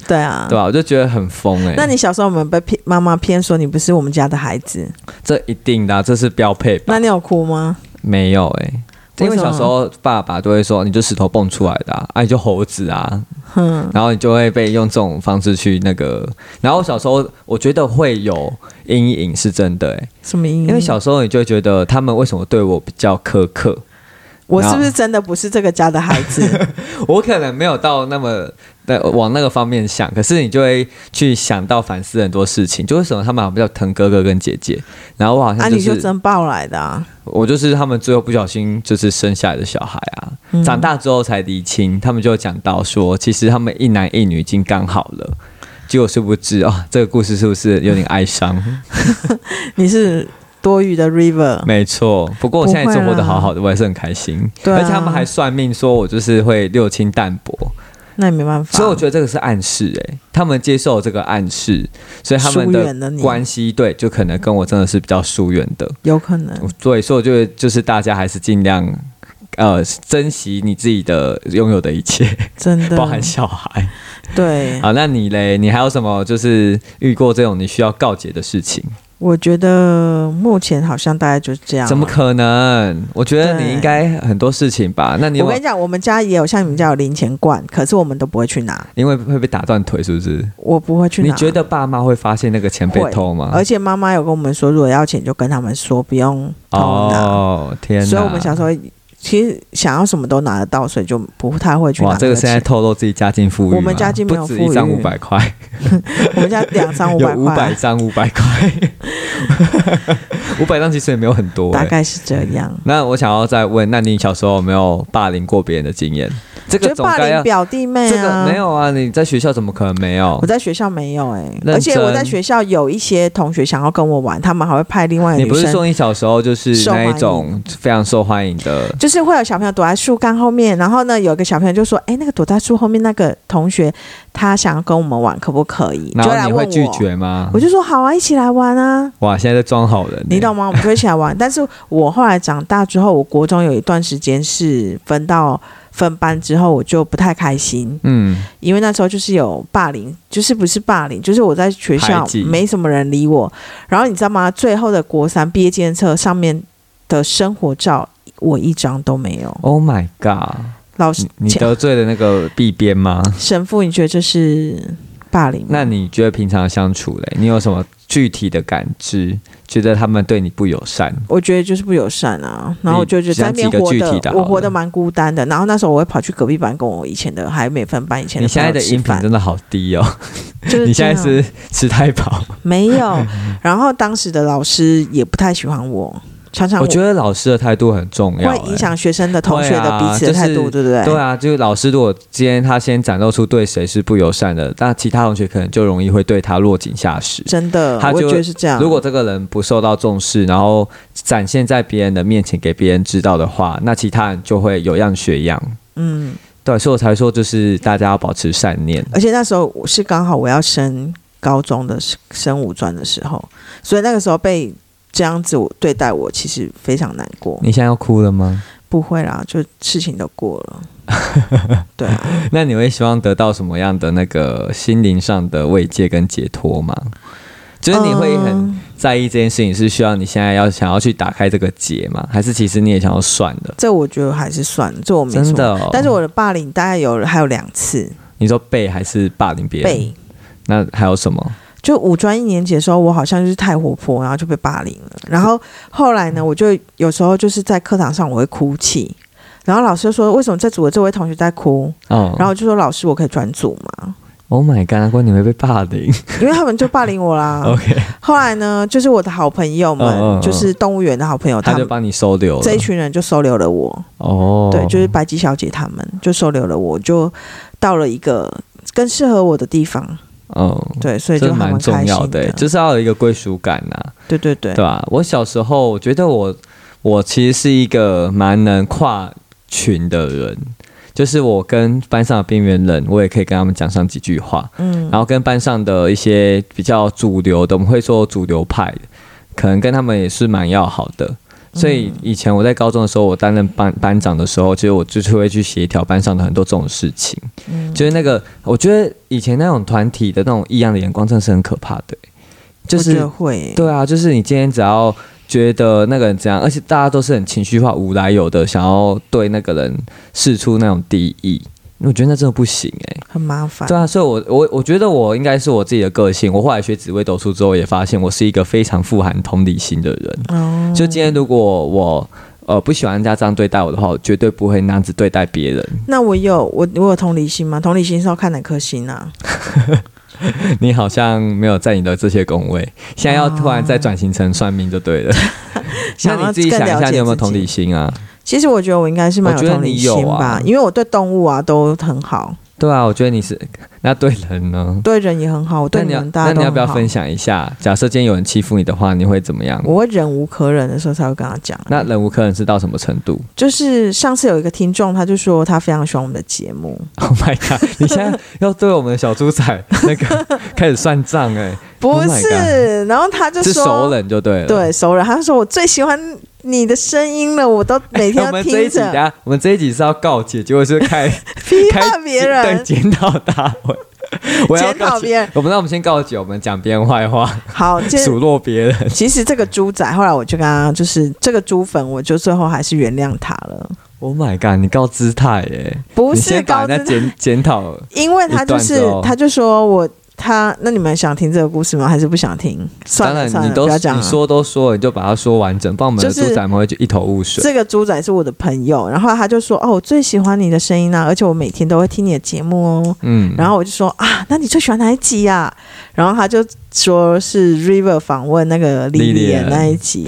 [SPEAKER 1] 对啊，
[SPEAKER 2] 对吧？我就觉得很疯哎、
[SPEAKER 1] 那你小时候有没有被骗？妈妈骗说你不是我们家的孩子？
[SPEAKER 2] 这一定的啊、这是标配吧？
[SPEAKER 1] 那你有哭吗？
[SPEAKER 2] 没有哎、因
[SPEAKER 1] 为
[SPEAKER 2] 为
[SPEAKER 1] 什么
[SPEAKER 2] 小时候爸爸都会说你就石头蹦出来的啊，啊你就猴子啊，
[SPEAKER 1] 哼，
[SPEAKER 2] 然后你就会被用这种方式去那个。然后小时候我觉得会有阴影是真的哎、
[SPEAKER 1] 什么阴影？
[SPEAKER 2] 因为小时候你就会觉得他们为什么对我比较苛刻，
[SPEAKER 1] 我是不是真的不是这个家的孩
[SPEAKER 2] (laughs)
[SPEAKER 1] 子？
[SPEAKER 2] 我可能没有到那么的往那个方面想，可是你就会去想到反思很多事情，就为什么他们好像比较疼哥哥跟姐姐，然后我好
[SPEAKER 1] 啊，
[SPEAKER 2] 像就
[SPEAKER 1] 你
[SPEAKER 2] 是、
[SPEAKER 1] 就真抱来的啊！
[SPEAKER 2] 我就是他们最后不小心就是生下来的小孩啊，
[SPEAKER 1] 嗯
[SPEAKER 2] 长大之后才离清，他们就讲到说，其实他们一男一女已经刚好了，结果殊不知啊、这个故事是不是有点哀伤？
[SPEAKER 1] (laughs) 你是多余的 River，
[SPEAKER 2] 没错，不过我现在生活
[SPEAKER 1] 不会
[SPEAKER 2] 的
[SPEAKER 1] 啦
[SPEAKER 2] 好好的，我还是很开心。
[SPEAKER 1] 对啊
[SPEAKER 2] 而且他们还算命说我就是会六亲淡薄，
[SPEAKER 1] 那也没办法。
[SPEAKER 2] 所以我觉得这个是暗示、欸，他们接受这个暗示，所以他们
[SPEAKER 1] 疏远了
[SPEAKER 2] 的
[SPEAKER 1] 你
[SPEAKER 2] 关系对就可能跟我真的是比较疏远的。
[SPEAKER 1] 有可能
[SPEAKER 2] 对，所以我觉得就是大家还是尽量呃珍惜你自己的拥有的一切，
[SPEAKER 1] 真的
[SPEAKER 2] 包含小啊孩。
[SPEAKER 1] 对，
[SPEAKER 2] 好，那你嘞？你还有什么就是遇过这种你需要告解的事情？
[SPEAKER 1] 我觉得目前好像大概就是这样。
[SPEAKER 2] 怎么？可能？我觉得你
[SPEAKER 1] 对
[SPEAKER 2] 应该很多事情吧？那你有
[SPEAKER 1] 我
[SPEAKER 2] 没
[SPEAKER 1] 跟
[SPEAKER 2] 有
[SPEAKER 1] 你讲，我们家也有像你们家有零钱罐，可是我们都不会去拿，
[SPEAKER 2] 因为会被打断腿是不是？
[SPEAKER 1] 我不会去拿。
[SPEAKER 2] 你觉得爸妈会发现那个钱被
[SPEAKER 1] 会
[SPEAKER 2] 偷吗？
[SPEAKER 1] 而且妈妈有跟我们说，如果要钱就跟他们说，不用偷拿。
[SPEAKER 2] 哦，天哪！
[SPEAKER 1] 所以我们小时候其实想要什么都拿得到，所以就不太会去拿
[SPEAKER 2] 哇，这个
[SPEAKER 1] 钱
[SPEAKER 2] 现在透露自己家境富裕吗，
[SPEAKER 1] 我们家境没有
[SPEAKER 2] 不止
[SPEAKER 1] 富裕
[SPEAKER 2] 一张五百块，
[SPEAKER 1] 我们家两三五
[SPEAKER 2] 有
[SPEAKER 1] 百
[SPEAKER 2] 五百
[SPEAKER 1] 块，啊
[SPEAKER 2] 张五百块， (laughs) 五百张其实也没有很多、
[SPEAKER 1] 大
[SPEAKER 2] 欸。
[SPEAKER 1] 概是这样。
[SPEAKER 2] 那我想要再问，那你小时候有没有霸凌过别人的经验？这
[SPEAKER 1] 就
[SPEAKER 2] 个
[SPEAKER 1] 是
[SPEAKER 2] 总
[SPEAKER 1] 霸
[SPEAKER 2] 该
[SPEAKER 1] 凌
[SPEAKER 2] 要、
[SPEAKER 1] 表弟妹啊，
[SPEAKER 2] 这个没。有啊？你在学校怎么可能没有
[SPEAKER 1] 我？在学校没有哎、
[SPEAKER 2] 认
[SPEAKER 1] 而且我在
[SPEAKER 2] 真
[SPEAKER 1] 学校有一些同学想要跟我玩，他们还会派另外一个
[SPEAKER 2] 你
[SPEAKER 1] 女
[SPEAKER 2] 不是
[SPEAKER 1] 生，
[SPEAKER 2] 说你小时候就是
[SPEAKER 1] 受
[SPEAKER 2] 那一
[SPEAKER 1] 欢迎
[SPEAKER 2] 种非常受欢迎的？
[SPEAKER 1] 就是会有小朋友躲在树干后面，然后呢，有一个小朋友就说：“哎、那个躲在树后面那个同学，他想要跟我们玩，可不可以？”
[SPEAKER 2] 然
[SPEAKER 1] 就来
[SPEAKER 2] 后你
[SPEAKER 1] 问我，
[SPEAKER 2] 会拒绝吗
[SPEAKER 1] 我？就说：“好啊，一起来玩啊。”
[SPEAKER 2] 哇，现在在装好人、欸，
[SPEAKER 1] 你懂吗？我们就一起来玩。但是我后来长大之后，我国中有一段时间是分到分班之后，我就不太开心，
[SPEAKER 2] 嗯，
[SPEAKER 1] 因为那时候就是有霸凌，就是不是霸凌，就是我在学
[SPEAKER 2] 排
[SPEAKER 1] 校
[SPEAKER 2] 挤
[SPEAKER 1] 没什么人理我。然后你知道吗？最后的国三毕业纪念册上面的生活照，我一张都没有。
[SPEAKER 2] Oh my god！
[SPEAKER 1] 老师
[SPEAKER 2] 你，你
[SPEAKER 1] 前
[SPEAKER 2] 得罪了那个 B 边吗？
[SPEAKER 1] 神父，你觉得这是霸凌吗？
[SPEAKER 2] 那你觉得平常相处嘞，你有什么具体的感知？觉得他们对你不友善？
[SPEAKER 1] 我觉得就是不友善啊，然后我就觉得在那边
[SPEAKER 2] 讲
[SPEAKER 1] 活
[SPEAKER 2] 几个具体
[SPEAKER 1] 的
[SPEAKER 2] 的，好了
[SPEAKER 1] 我活得蛮孤单的。然后那时候我会跑去隔壁班，跟我以前的还没分班以前
[SPEAKER 2] 你
[SPEAKER 1] 的
[SPEAKER 2] 现在
[SPEAKER 1] 朋
[SPEAKER 2] 的
[SPEAKER 1] 友
[SPEAKER 2] 音
[SPEAKER 1] 吃
[SPEAKER 2] 频
[SPEAKER 1] 饭，
[SPEAKER 2] 真的好低哦，
[SPEAKER 1] 就是
[SPEAKER 2] (laughs) 你现在
[SPEAKER 1] 这样
[SPEAKER 2] 是吃太饱。
[SPEAKER 1] 没有。然后当时的老师也不太喜欢我，常常
[SPEAKER 2] 我觉得老师的态度很重要、
[SPEAKER 1] 会影响学生的
[SPEAKER 2] 对啊
[SPEAKER 1] 同学的彼此的态度，
[SPEAKER 2] 就
[SPEAKER 1] 对不对？
[SPEAKER 2] 哎。对啊，就是老师如果今天他先展露出对谁是不友善的，那其他同学可能就容易会对他落井下石。
[SPEAKER 1] 真的，
[SPEAKER 2] 他
[SPEAKER 1] 我
[SPEAKER 2] 就
[SPEAKER 1] 觉得是这样。
[SPEAKER 2] 如果这个人不受到重视，然后展现在别人的面前给别人知道的话，那其他人就会有样学样。
[SPEAKER 1] 嗯，
[SPEAKER 2] 对，所以我才说就是大家要保持善念。
[SPEAKER 1] 而且那时候我是刚好我要升高中的时升五专的时候，所以那个时候被这样子对待我，其实非常难过。
[SPEAKER 2] 你现在要哭了吗？
[SPEAKER 1] 不会啦，就事情都过了。
[SPEAKER 2] (laughs)
[SPEAKER 1] 对啊，
[SPEAKER 2] 那你会希望得到什么样的那个心灵上的慰藉跟解脱吗？就是你会很
[SPEAKER 1] 嗯
[SPEAKER 2] 在意这件事情，是需要你现在要想要去打开这个结吗？还是其实你也想要算的？
[SPEAKER 1] 这我觉得还是算了，这我没什么
[SPEAKER 2] 真的、哦，
[SPEAKER 1] 但是我的霸凌大概有还有两次
[SPEAKER 2] 你说背还是霸凌别人？
[SPEAKER 1] 被，
[SPEAKER 2] 那还有什么？
[SPEAKER 1] 就五专一年级的时候，我好像就是太活泼，然后就被霸凌了。然后后来
[SPEAKER 2] 嗯
[SPEAKER 1] 呢，我就有时候就是在课堂上我会哭泣，然后老师就说为什么这组的这位同学在哭，
[SPEAKER 2] 哦，
[SPEAKER 1] 然后我就说老师我可以转组吗？
[SPEAKER 2] Oh my god，难怪你会被霸凌。
[SPEAKER 1] 因为他们就霸凌我啦。
[SPEAKER 2] (laughs) OK，
[SPEAKER 1] 后来呢，就是我的好朋友们，
[SPEAKER 2] 嗯嗯嗯
[SPEAKER 1] 就是动物园的好朋友，(laughs)
[SPEAKER 2] 他
[SPEAKER 1] 他
[SPEAKER 2] 就
[SPEAKER 1] 们
[SPEAKER 2] 帮你收留了。
[SPEAKER 1] 这一群人就收留了我。
[SPEAKER 2] 哦，
[SPEAKER 1] 对，就是白姬小姐他们就收留了我，就到了一个更适合我的地方，
[SPEAKER 2] 嗯，
[SPEAKER 1] 对，所以
[SPEAKER 2] 这
[SPEAKER 1] 就还
[SPEAKER 2] 蛮重
[SPEAKER 1] 开
[SPEAKER 2] 要
[SPEAKER 1] 心
[SPEAKER 2] 的欸，就是要有一个归属感啊呐、
[SPEAKER 1] 对对对
[SPEAKER 2] 对，吧、我小时候我觉得我我其实是一个蛮能跨群的人，就是我跟班上的边缘人，我也可以跟他们讲上几句话，
[SPEAKER 1] 嗯，
[SPEAKER 2] 然后跟班上的一些比较主流的，我们会说主流派的，可能跟他们也是蛮要好的。所以以前我在高中的时候，我担任班班长的时候，其实我就是会去协调班上的很多这种事情。
[SPEAKER 1] 嗯
[SPEAKER 2] 就是那个，我觉得以前那种团体的那种异样的眼光，真的是很可怕的、欸就
[SPEAKER 1] 我觉
[SPEAKER 2] 是
[SPEAKER 1] 得会，
[SPEAKER 2] 对啊，就是你今天只要觉得那个人怎样，而且大家都是很情绪化、无来由的，想要对那个人试出那种敌意，我觉得那真的不行哎、
[SPEAKER 1] 很麻烦
[SPEAKER 2] 对，啊，所以我我我觉得我应该是我自己的个性。我后来学紫微斗数之后，也发现我是一个非常富含同理心的人。
[SPEAKER 1] 哦，
[SPEAKER 2] 就今天如果我呃不喜欢人家这样对待我的话，我绝对不会那样子对待别
[SPEAKER 1] (laughs)
[SPEAKER 2] 人。
[SPEAKER 1] 那我有我我有同理心吗？同理心是要看哪颗心啊？
[SPEAKER 2] 你好像没有在你的这些宫位，现在要突然再转型成算命就
[SPEAKER 1] (laughs)
[SPEAKER 2] 对了。那
[SPEAKER 1] 啊想要
[SPEAKER 2] 你自己
[SPEAKER 1] 更
[SPEAKER 2] 想一
[SPEAKER 1] 了
[SPEAKER 2] 下，
[SPEAKER 1] 解
[SPEAKER 2] 你有没有
[SPEAKER 1] 自己
[SPEAKER 2] 同理心啊？
[SPEAKER 1] 其实我觉得我应该是蛮
[SPEAKER 2] 我觉得
[SPEAKER 1] 同理
[SPEAKER 2] 你有
[SPEAKER 1] 心
[SPEAKER 2] 啊
[SPEAKER 1] 吧，因为我对动物啊都很好，
[SPEAKER 2] 对啊，我觉得你是那对人呢？
[SPEAKER 1] 对人也很好，我对
[SPEAKER 2] 那你要
[SPEAKER 1] 们大
[SPEAKER 2] 那
[SPEAKER 1] 家都
[SPEAKER 2] 你
[SPEAKER 1] 很
[SPEAKER 2] 要不要
[SPEAKER 1] 好
[SPEAKER 2] 分？享一下？假设今天有人欺负你的话，你会怎么样？
[SPEAKER 1] 我会忍无可忍的时候才会跟他讲。啊
[SPEAKER 2] 那忍无可忍是到什么程 (laughs) 度
[SPEAKER 1] 就是上次有一个听众，他就说他非常喜欢我们的节目， (laughs)
[SPEAKER 2] ？Oh my god！你现在要对我们的小猪仔那个开始算账哎、
[SPEAKER 1] 不
[SPEAKER 2] my
[SPEAKER 1] 是，然后他就是说
[SPEAKER 2] 熟人就对了。
[SPEAKER 1] 对熟人，他说我最喜欢你的声音了，我都每天
[SPEAKER 2] (laughs) 我
[SPEAKER 1] 要
[SPEAKER 2] 们这一
[SPEAKER 1] 听
[SPEAKER 2] 集，等
[SPEAKER 1] 着，
[SPEAKER 2] 下我们这一集是要告诫，结果是开
[SPEAKER 1] (laughs) 批
[SPEAKER 2] 开
[SPEAKER 1] 判别
[SPEAKER 2] 检
[SPEAKER 1] 人
[SPEAKER 2] 对，检讨大
[SPEAKER 1] (laughs)
[SPEAKER 2] 会。我要
[SPEAKER 1] 检讨
[SPEAKER 2] 告诫
[SPEAKER 1] 别人。
[SPEAKER 2] 我们那我们先告诫，我们讲别人坏话， (laughs)
[SPEAKER 1] 好，今天
[SPEAKER 2] 数落别人。
[SPEAKER 1] 其实这个猪仔，后来我就跟他就是这个猪粉，我就最后还是原谅他了，
[SPEAKER 2] Oh my god！你告姿态哎耶，
[SPEAKER 1] 不
[SPEAKER 2] 你
[SPEAKER 1] 是
[SPEAKER 2] 先把
[SPEAKER 1] 高
[SPEAKER 2] 人家
[SPEAKER 1] 姿 (laughs)
[SPEAKER 2] 检检讨。
[SPEAKER 1] 因为他就
[SPEAKER 2] 一段
[SPEAKER 1] 是
[SPEAKER 2] 之后
[SPEAKER 1] 他就说我他，那你们想听这个故事吗？还是不想听？算
[SPEAKER 2] 当
[SPEAKER 1] 了
[SPEAKER 2] 然，
[SPEAKER 1] 算
[SPEAKER 2] 你
[SPEAKER 1] 了，
[SPEAKER 2] 都
[SPEAKER 1] 不要讲
[SPEAKER 2] 你
[SPEAKER 1] 了。
[SPEAKER 2] 说都说，了，你就把它说完整，不然我们的
[SPEAKER 1] 就
[SPEAKER 2] 猪
[SPEAKER 1] 是
[SPEAKER 2] 仔们会就一头雾水。
[SPEAKER 1] 这个猪仔是我的朋友，然后他就说：“哦，我最喜欢你的声音啊，而且我每天都会听你的节目哦。”
[SPEAKER 2] 嗯，
[SPEAKER 1] 然后我就说啊，那你最喜欢哪一集呀、然后他就说是 River 访问那个莉莉安
[SPEAKER 2] Lillian
[SPEAKER 1] 那一集，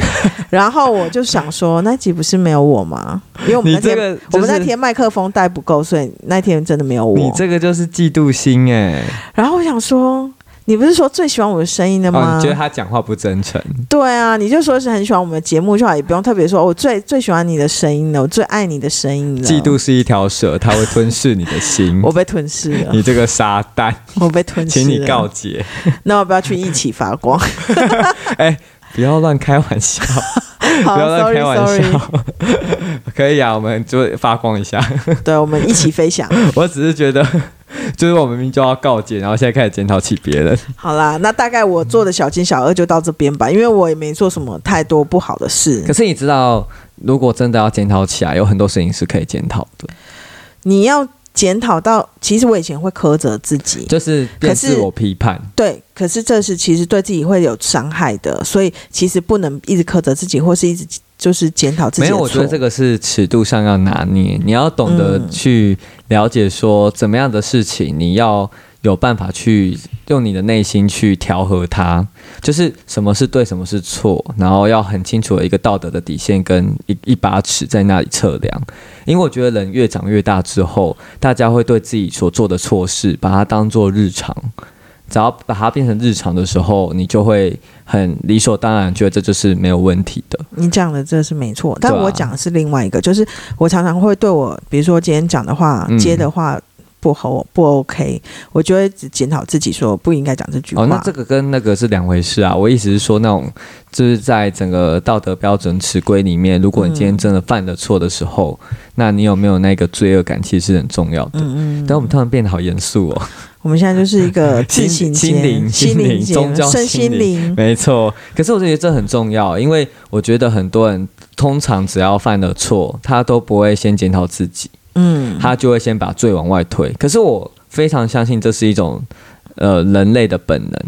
[SPEAKER 1] 然后我就想说那集不是没有我吗？因为我们
[SPEAKER 2] 你
[SPEAKER 1] 那天、
[SPEAKER 2] 这个就是
[SPEAKER 1] 我们那天麦克风带不够，所以那天真的没有
[SPEAKER 2] 你
[SPEAKER 1] 我。
[SPEAKER 2] 这个就是嫉妒心哎，
[SPEAKER 1] 然后我想说，你不是说最喜欢我的声音的
[SPEAKER 2] 哦，
[SPEAKER 1] 吗
[SPEAKER 2] 你觉？得他讲话不真诚？
[SPEAKER 1] 对啊，你就说是很喜欢我们的节目就好，也不用特别说、哦我最最喜欢你的声音了，我最爱你的声音了。
[SPEAKER 2] 嫉妒，是一条蛇，它会吞噬你
[SPEAKER 1] (laughs)
[SPEAKER 2] 的心。
[SPEAKER 1] 我被吞噬了，
[SPEAKER 2] 你这个撒旦，
[SPEAKER 1] 我被吞噬了。
[SPEAKER 2] 请你告，解，
[SPEAKER 1] 那我不要去一起发光。
[SPEAKER 2] (laughs) 不要乱开玩笑，
[SPEAKER 1] (laughs) 好
[SPEAKER 2] 不要乱
[SPEAKER 1] ，sorry
[SPEAKER 2] 开玩
[SPEAKER 1] sorry。
[SPEAKER 2] 笑。 (laughs) 可以啊，我们就发光一下。
[SPEAKER 1] 对，我们一起飞
[SPEAKER 2] (laughs)
[SPEAKER 1] 翔。
[SPEAKER 2] 我只是觉得，就是我们明明就要告解，然后现在开始检讨起别人。
[SPEAKER 1] 好啦，那大概我做的小金小恶就到这边吧，因为我也没做什么太多不好的事
[SPEAKER 2] 可。是你知道，如果真的要检讨起来，有很多事情是可以检讨的，
[SPEAKER 1] 你要检讨到，其实我以前会苛责自己，
[SPEAKER 2] 就是变
[SPEAKER 1] 可是
[SPEAKER 2] 自我批判。
[SPEAKER 1] 对，可是这是其实对自己会有伤害的，所以其实不能一直苛责自己，或是一直就是检讨自己
[SPEAKER 2] 没
[SPEAKER 1] 的
[SPEAKER 2] 有，
[SPEAKER 1] 错。
[SPEAKER 2] 我觉得这个是尺度上要拿捏，你要懂得
[SPEAKER 1] 嗯
[SPEAKER 2] 去了解说怎么样的事情，你要有办法去用你的内心去调和它，就是什么是对，什么是错，然后要很清楚的一个道德的底线跟一一把尺在那里测量。因为我觉得人越长越大之后，大家会对自己所做的错事把它当做日常。只要把它变成日常的时候，你就会很理所当然觉得这就是没有问题的。
[SPEAKER 1] 你讲的这是没错，
[SPEAKER 2] 对啊
[SPEAKER 1] 但我讲的是另外一个，就是我常常会对我，比如说今天讲的话、
[SPEAKER 2] 嗯
[SPEAKER 1] 接的话不合不 OK，我就会只检讨自己说不应该讲这句话。
[SPEAKER 2] 哦，那这个跟那个是两回事啊。我意思是说，那种就是在整个道德标准尺规里面，如果你今天真的犯了错的时候，那你有没有那个罪恶感，其实是很重要的。
[SPEAKER 1] 嗯嗯，
[SPEAKER 2] 但我们突然变得好严肃哦， (laughs)
[SPEAKER 1] 我们现在就是一个
[SPEAKER 2] 心
[SPEAKER 1] 自行
[SPEAKER 2] 心
[SPEAKER 1] 间
[SPEAKER 2] 灵
[SPEAKER 1] 心
[SPEAKER 2] 心
[SPEAKER 1] 灵
[SPEAKER 2] 灵
[SPEAKER 1] 间
[SPEAKER 2] 宗教
[SPEAKER 1] 身
[SPEAKER 2] 心
[SPEAKER 1] 心灵，
[SPEAKER 2] 没错。可是我觉得这很重要，因为我觉得很多人通常只要犯了错，他都不会先检讨自己，
[SPEAKER 1] 嗯，
[SPEAKER 2] 他就会先把罪往外推。可是我非常相信这是一种呃人类的本能，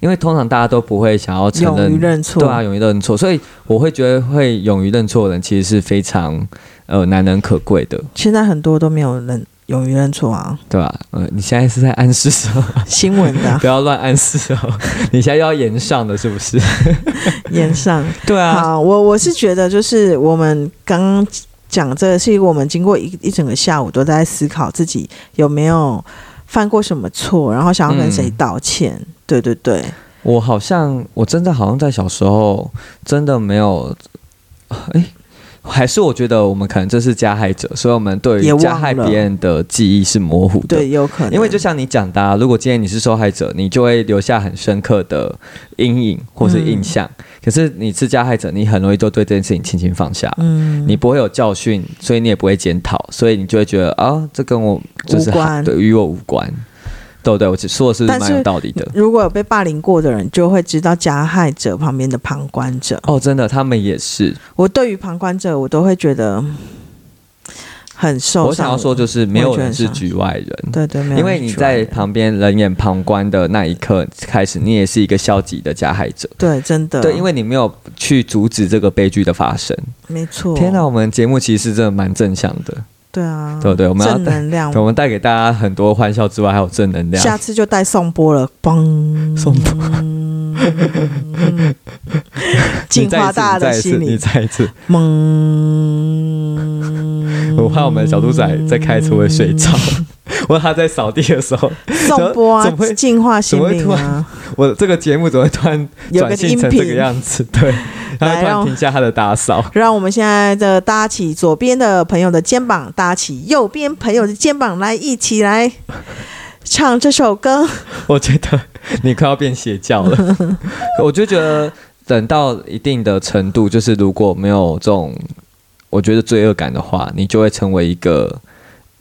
[SPEAKER 2] 因为通常大家都不会想要承
[SPEAKER 1] 勇于
[SPEAKER 2] 认
[SPEAKER 1] 认错，
[SPEAKER 2] 对啊，勇于认错，所以我会觉得会勇于认错的人其实是非常呃难能可贵的，
[SPEAKER 1] 现在很多都没有人勇于认错
[SPEAKER 2] (laughs)
[SPEAKER 1] 啊，
[SPEAKER 2] 对吧、呃，你现在是在暗示什么？
[SPEAKER 1] 新闻的啊
[SPEAKER 2] (laughs) 不要乱暗示哦， (laughs) 你现在又要延上的是不是？
[SPEAKER 1] 言上。
[SPEAKER 2] 对啊，
[SPEAKER 1] 好，我我是觉得就是我们刚刚讲这个，是我们经过一一整个下午都在思考自己有没有犯过什么错，然后想要跟谁
[SPEAKER 2] 嗯
[SPEAKER 1] 道歉。对对对，
[SPEAKER 2] 我好像我真的好像在小时候真的没有，哎、还是我觉得我们可能这是加害者，所以我们对
[SPEAKER 1] 也
[SPEAKER 2] 于
[SPEAKER 1] 忘
[SPEAKER 2] 加害
[SPEAKER 1] 了
[SPEAKER 2] 别人的记忆是模糊的。
[SPEAKER 1] 对，有可能，
[SPEAKER 2] 因为就像你讲的、啊，如果今天你是受害者，你就会留下很深刻的阴影或是
[SPEAKER 1] 嗯
[SPEAKER 2] 印象。可是你是加害者，你很容易就对这件事情轻轻放下，
[SPEAKER 1] 嗯，
[SPEAKER 2] 你不会有教训，所以你也不会检讨，所以你就会觉得啊，这跟我就是
[SPEAKER 1] 无关
[SPEAKER 2] 对与我无关，对不对？我说的是
[SPEAKER 1] 但是
[SPEAKER 2] 蛮有道理的。
[SPEAKER 1] 如果有被霸凌过的人，就会知道加害者旁边的旁观者。
[SPEAKER 2] 哦，真的，他们也是。
[SPEAKER 1] 我对于旁观者，我都会觉得嗯很受伤。
[SPEAKER 2] 我想要说，，就是没有人
[SPEAKER 1] 我也
[SPEAKER 2] 是
[SPEAKER 1] 觉得
[SPEAKER 2] 局外人，
[SPEAKER 1] 对对，没有
[SPEAKER 2] 因为你在旁边冷眼旁观的那一刻开始，你也是一个消极的加害者。
[SPEAKER 1] 对，真的
[SPEAKER 2] 对，因为你没有去阻止这个悲剧的发生。
[SPEAKER 1] 没错，
[SPEAKER 2] 天哪，，我们节目其实真的蛮正向的，
[SPEAKER 1] 对啊，
[SPEAKER 2] 对不对我们要
[SPEAKER 1] 正能
[SPEAKER 2] (laughs)
[SPEAKER 1] 量，
[SPEAKER 2] 我们带给大家很多欢笑之外，还有正能
[SPEAKER 1] 下
[SPEAKER 2] 量。
[SPEAKER 1] 次就带送波了，
[SPEAKER 2] (laughs)
[SPEAKER 1] 嘣，
[SPEAKER 2] 送波
[SPEAKER 1] 嗯，
[SPEAKER 2] 你
[SPEAKER 1] 净化大家
[SPEAKER 2] 再
[SPEAKER 1] 的
[SPEAKER 2] 一次，
[SPEAKER 1] 心
[SPEAKER 2] 你
[SPEAKER 1] 灵，
[SPEAKER 2] 再一次，你
[SPEAKER 1] 懵，
[SPEAKER 2] 再一
[SPEAKER 1] 嗯
[SPEAKER 2] (laughs) 次我怕我们小猪仔在开车会睡着，我怕他在扫地的时候，
[SPEAKER 1] (laughs) 送波啊
[SPEAKER 2] 怎么会，
[SPEAKER 1] 净化心灵
[SPEAKER 2] 怎么会突
[SPEAKER 1] 啊，
[SPEAKER 2] 我这个节目怎么会突然
[SPEAKER 1] 有个音
[SPEAKER 2] 转性成这个
[SPEAKER 1] 频。
[SPEAKER 2] 样子？对，他会突
[SPEAKER 1] 来哦
[SPEAKER 2] 然停下他的打扫。
[SPEAKER 1] 让我们现在的搭起左边的朋友的肩膀，搭起右边朋友的肩膀，来一起来唱这首歌。
[SPEAKER 2] (laughs) 我觉得你快要变邪教了。
[SPEAKER 1] (laughs)
[SPEAKER 2] 我就觉得等到一定的程度，就是如果没有这种我觉得罪恶感的话，你就会成为一个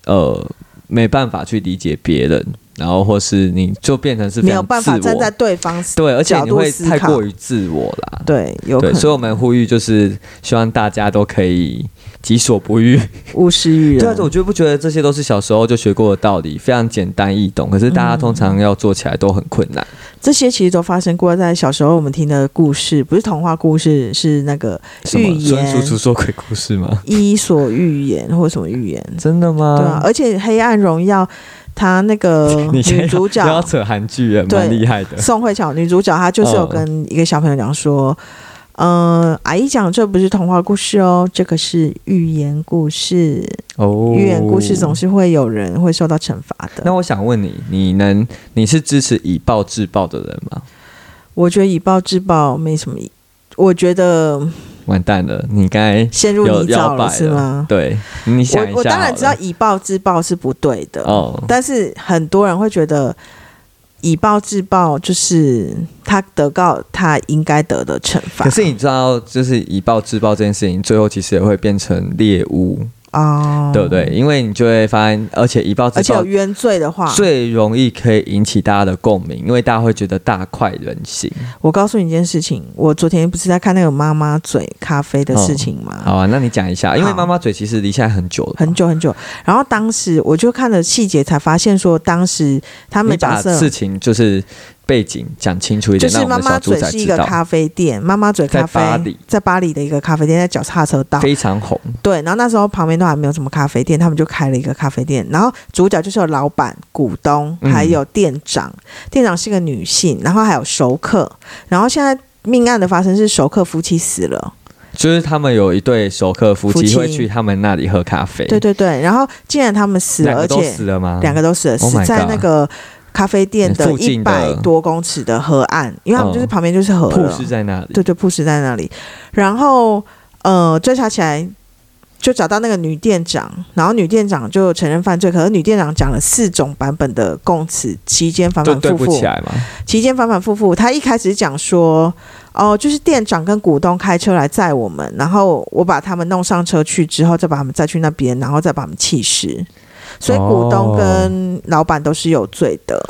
[SPEAKER 2] 呃没办法去理解别人，然后或是你就变成是非
[SPEAKER 1] 没
[SPEAKER 2] 常
[SPEAKER 1] 有办法
[SPEAKER 2] 自我
[SPEAKER 1] 站在对方
[SPEAKER 2] 对，而且
[SPEAKER 1] 角
[SPEAKER 2] 你
[SPEAKER 1] 度
[SPEAKER 2] 会
[SPEAKER 1] 思
[SPEAKER 2] 太
[SPEAKER 1] 考
[SPEAKER 2] 过于自我啦。
[SPEAKER 1] 对，有可
[SPEAKER 2] 对，所以
[SPEAKER 1] 能
[SPEAKER 2] 我们呼吁就是希望大家都可以己所不欲。
[SPEAKER 1] 无视于
[SPEAKER 2] 对啊
[SPEAKER 1] 人，，
[SPEAKER 2] 我就不觉得这些都是小时候就学过的道理，非常简单易懂。可是大家
[SPEAKER 1] 嗯
[SPEAKER 2] 通常要做起来都很困难。
[SPEAKER 1] 这些其实都发生过在小时候我们听的故事，不是童话故事，是那个
[SPEAKER 2] 什
[SPEAKER 1] 寓
[SPEAKER 2] 么孙
[SPEAKER 1] 言
[SPEAKER 2] 叔，叔说鬼故事吗？
[SPEAKER 1] 伊索寓言或什么寓言，
[SPEAKER 2] 真的吗？
[SPEAKER 1] 对啊，而且《黑暗荣耀》它那个
[SPEAKER 2] (laughs) 你现在
[SPEAKER 1] 女主角
[SPEAKER 2] 要扯韩剧也
[SPEAKER 1] 对
[SPEAKER 2] 蛮
[SPEAKER 1] (laughs)
[SPEAKER 2] 厉害的。
[SPEAKER 1] 宋慧乔女主角，她就是有跟一个小朋友讲说，嗯、阿姨讲这不是童话故事哦，这个是寓言故事，
[SPEAKER 2] 哦
[SPEAKER 1] 寓言故事总是会有人会受到惩罚
[SPEAKER 2] 那
[SPEAKER 1] 的。
[SPEAKER 2] 我想问你，你能你是支持以暴制暴的人吗？
[SPEAKER 1] 我觉得以暴制暴没什么意，我觉得
[SPEAKER 2] 完蛋了，你刚才
[SPEAKER 1] 陷入
[SPEAKER 2] 有
[SPEAKER 1] 泥
[SPEAKER 2] 摇
[SPEAKER 1] 沼
[SPEAKER 2] 摆
[SPEAKER 1] 了是吗？
[SPEAKER 2] 对，你想一下
[SPEAKER 1] 我我当然
[SPEAKER 2] 好了
[SPEAKER 1] 知道以暴制暴是不对的，
[SPEAKER 2] 哦，
[SPEAKER 1] 但是很多人会觉得以暴制暴就是他得到他应该得的惩罚。
[SPEAKER 2] 可是你知道，就是以暴制暴这件事情，最后其实也会变成猎物，
[SPEAKER 1] 哦，
[SPEAKER 2] 对不对？因为你就会发现，而且以暴制
[SPEAKER 1] 而且有
[SPEAKER 2] 暴
[SPEAKER 1] 冤罪的话，
[SPEAKER 2] 最容易可以引起大家的共鸣，因为大家会觉得大快人心。
[SPEAKER 1] 我告诉你一件事情，我昨天不是在看那个妈妈嘴咖啡的事情吗？
[SPEAKER 2] 好啊，那你讲一下，因为
[SPEAKER 1] 好
[SPEAKER 2] 妈妈嘴其实离现在很久了吧，
[SPEAKER 1] 很久很久，然后当时我就看了细节，才发现说当时他
[SPEAKER 2] 你
[SPEAKER 1] 们
[SPEAKER 2] 把
[SPEAKER 1] 假设
[SPEAKER 2] 事情就是背景讲清楚一
[SPEAKER 1] 就
[SPEAKER 2] 点，
[SPEAKER 1] 是
[SPEAKER 2] 让我
[SPEAKER 1] 妈
[SPEAKER 2] 们的小
[SPEAKER 1] 妈
[SPEAKER 2] 猪
[SPEAKER 1] 嘴
[SPEAKER 2] 仔
[SPEAKER 1] 是一
[SPEAKER 2] 知
[SPEAKER 1] 个
[SPEAKER 2] 道。
[SPEAKER 1] 咖啡店，妈妈嘴咖啡
[SPEAKER 2] 在巴黎
[SPEAKER 1] 在巴黎的一个咖啡店，在脚踏车道，
[SPEAKER 2] 非常红，
[SPEAKER 1] 对，然后那时候旁边都还没有什么咖啡店，他们就开了一个咖啡店。然后主角就是有老板、股东，
[SPEAKER 2] 嗯
[SPEAKER 1] 还有店长。店长是个女性，然后还有熟客。然后现在命案的发生是熟客夫妻死了，
[SPEAKER 2] 就是他们有一对熟客夫
[SPEAKER 1] 夫
[SPEAKER 2] 妻
[SPEAKER 1] 妻
[SPEAKER 2] 会去他们那里喝咖啡，
[SPEAKER 1] 对对对。然后既然他们死
[SPEAKER 2] 两
[SPEAKER 1] 了，
[SPEAKER 2] 个
[SPEAKER 1] 而
[SPEAKER 2] 都
[SPEAKER 1] 且
[SPEAKER 2] 死了吗？
[SPEAKER 1] 两个都死了，
[SPEAKER 2] Oh my
[SPEAKER 1] 是在
[SPEAKER 2] God
[SPEAKER 1] 那个咖啡店的
[SPEAKER 2] 附
[SPEAKER 1] 一
[SPEAKER 2] 近的
[SPEAKER 1] 百多公尺的河岸，因为他们就是
[SPEAKER 2] 嗯
[SPEAKER 1] 旁边就是河
[SPEAKER 2] 护
[SPEAKER 1] 了，
[SPEAKER 2] 士在那里，
[SPEAKER 1] 对对，铺石在那里。然后呃，追查起来就找到那个女店长，然后女店长就承认犯罪，可是女店长讲了四种版本的供词，期间反
[SPEAKER 2] 就
[SPEAKER 1] 反
[SPEAKER 2] 对
[SPEAKER 1] 复
[SPEAKER 2] 不
[SPEAKER 1] 复
[SPEAKER 2] 起，来嘛。
[SPEAKER 1] 期间反反复复。她一开始讲说。哦，就是店长跟股东开车来载我们，然后我把他们弄上车去之后，再把他们载去那边，然后再把他们弃尸。所以股东
[SPEAKER 2] 哦
[SPEAKER 1] 跟老板都是有罪的。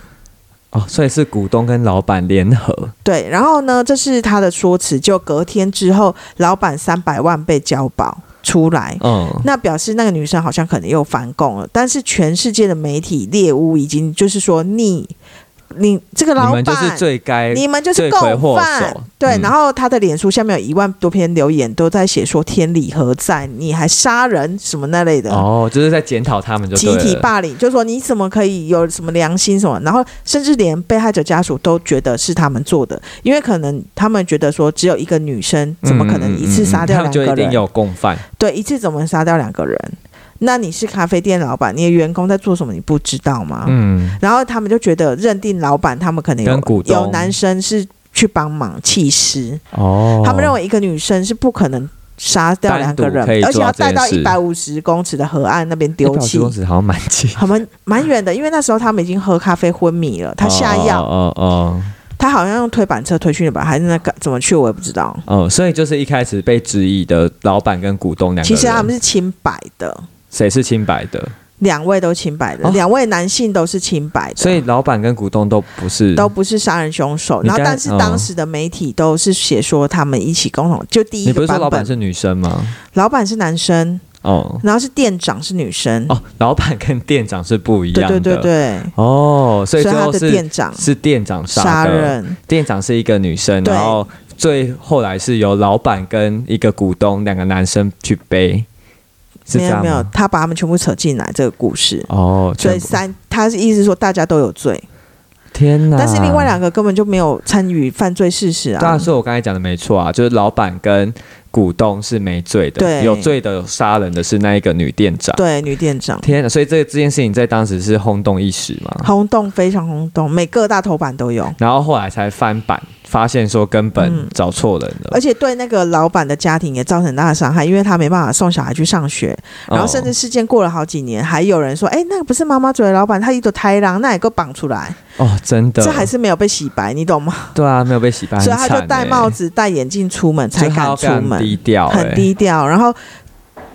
[SPEAKER 2] 哦，所以是股东跟老板联合，
[SPEAKER 1] 对，然后呢，这是他的说辞。就隔天之后，老板三百万被交保出来，
[SPEAKER 2] 嗯，
[SPEAKER 1] 那表示那个女生好像可能又反共了。但是全世界的媒体猎巫已经就是说你你这个
[SPEAKER 2] 你
[SPEAKER 1] 老
[SPEAKER 2] 们
[SPEAKER 1] 板，
[SPEAKER 2] 就是最该
[SPEAKER 1] 你们就是
[SPEAKER 2] 罪魁
[SPEAKER 1] 共
[SPEAKER 2] 祸
[SPEAKER 1] 犯
[SPEAKER 2] 首。
[SPEAKER 1] 对，
[SPEAKER 2] 嗯
[SPEAKER 1] 然后他的脸书下面有一万多篇留言都在写说天理何在，你还杀人什么那类的。
[SPEAKER 2] 哦，就是在检讨他们就对
[SPEAKER 1] 集
[SPEAKER 2] 了
[SPEAKER 1] 体霸凌，就说你怎么可以有什么良心什么，然后甚至连被害者家属都觉得是他们做的，因为可能他们觉得说只有一个女生，怎么可能一次杀掉
[SPEAKER 2] 嗯嗯嗯嗯嗯他们
[SPEAKER 1] 两
[SPEAKER 2] 嗯就
[SPEAKER 1] 个
[SPEAKER 2] 一定
[SPEAKER 1] 人？啊
[SPEAKER 2] 有共犯，
[SPEAKER 1] 对，一次怎么杀掉两个人？那你是咖啡店老板，你的员工在做什么，你不知道吗？
[SPEAKER 2] 嗯，
[SPEAKER 1] 然后他们就觉得认定老板他们可能
[SPEAKER 2] 跟股
[SPEAKER 1] 有
[SPEAKER 2] 东
[SPEAKER 1] 有男生是去帮忙弃尸，
[SPEAKER 2] 哦，
[SPEAKER 1] 他们认
[SPEAKER 2] 为
[SPEAKER 1] 为一个女生是不可能。杀掉两个
[SPEAKER 2] 单独可以
[SPEAKER 1] 人，
[SPEAKER 2] 做
[SPEAKER 1] 而且要带到
[SPEAKER 2] 这件
[SPEAKER 1] 一
[SPEAKER 2] 事哎
[SPEAKER 1] 百五十公尺的河岸那边丢弃，
[SPEAKER 2] 公子好像蛮近，
[SPEAKER 1] 很蛮蛮远的，因为那时候他们已经喝咖啡昏迷了，他下药，
[SPEAKER 2] 哦哦哦
[SPEAKER 1] 他好像用推板车推去的吧，还是那个怎么去我也不知道。
[SPEAKER 2] 哦，哦所以就是一开始被质疑的老板跟股东两个人，
[SPEAKER 1] 其实他们是清白的，
[SPEAKER 2] 谁是清白的？
[SPEAKER 1] 两位都清白的，
[SPEAKER 2] 哦
[SPEAKER 1] 两位男性都是清白的，
[SPEAKER 2] 所以老板跟股东都不是
[SPEAKER 1] 都不是杀人凶手。
[SPEAKER 2] 你
[SPEAKER 1] 然后，
[SPEAKER 2] 刚
[SPEAKER 1] 但是
[SPEAKER 2] 嗯
[SPEAKER 1] 当时的媒体都是写说他们一起共同，就第一
[SPEAKER 2] 你
[SPEAKER 1] 个
[SPEAKER 2] 不是说
[SPEAKER 1] 版
[SPEAKER 2] 老板
[SPEAKER 1] 本，
[SPEAKER 2] 是女生吗？
[SPEAKER 1] 老板是男生，
[SPEAKER 2] 哦
[SPEAKER 1] 然后是店长是女生，
[SPEAKER 2] 哦，老板跟店长是不一
[SPEAKER 1] 对
[SPEAKER 2] 样
[SPEAKER 1] 对
[SPEAKER 2] 的。
[SPEAKER 1] 对对，
[SPEAKER 2] 哦，所以最
[SPEAKER 1] 他
[SPEAKER 2] 后
[SPEAKER 1] 的
[SPEAKER 2] 是
[SPEAKER 1] 店长
[SPEAKER 2] 是店长
[SPEAKER 1] 杀
[SPEAKER 2] 杀的，
[SPEAKER 1] 人，
[SPEAKER 2] 店长是一个女生，
[SPEAKER 1] 对
[SPEAKER 2] 然后最后来是由老板跟一个股东两个男生去背，是这
[SPEAKER 1] 没有
[SPEAKER 2] 样
[SPEAKER 1] 没有
[SPEAKER 2] 吗，
[SPEAKER 1] 他把他们全部扯进来这个故事，
[SPEAKER 2] 哦，
[SPEAKER 1] 所以
[SPEAKER 2] 全部
[SPEAKER 1] 三，他是意思说大家都有罪。
[SPEAKER 2] 天哪！
[SPEAKER 1] 但是另外两个根本就没有参与犯罪事实啊
[SPEAKER 2] 当然。是我刚才讲的没错啊，就是老板跟股东是没罪的，
[SPEAKER 1] 对
[SPEAKER 2] 有罪的有杀人的是那一个女店长。
[SPEAKER 1] 对，女店长
[SPEAKER 2] 天啊哪！所以这这件事情在当时是轰动一时嘛，呃
[SPEAKER 1] 轰动非常轰动，每各大头版都有。
[SPEAKER 2] 然后后来才翻版，发现说根
[SPEAKER 1] 嗯
[SPEAKER 2] 本找错人了，
[SPEAKER 1] 而且对那个老板的家庭也造成很大的伤害，因为他没办法送小孩去上学，
[SPEAKER 2] 哦
[SPEAKER 1] 然后甚至事件过了好几年，还有人说：“哎、那个不是妈妈嘴的老板，他一朵豺狼，那也够绑出来。
[SPEAKER 2] 哦哦真”的，
[SPEAKER 1] 这还是没有被洗白，你懂吗？
[SPEAKER 2] 对啊，没有被洗白，
[SPEAKER 1] 所以他
[SPEAKER 2] 很
[SPEAKER 1] 就
[SPEAKER 2] 惨
[SPEAKER 1] 戴
[SPEAKER 2] 欸
[SPEAKER 1] 帽，子、戴眼镜出门，才
[SPEAKER 2] 就他
[SPEAKER 1] 敢
[SPEAKER 2] 要
[SPEAKER 1] 出
[SPEAKER 2] 非常
[SPEAKER 1] 门，
[SPEAKER 2] 低调、欸，
[SPEAKER 1] 很低调。然后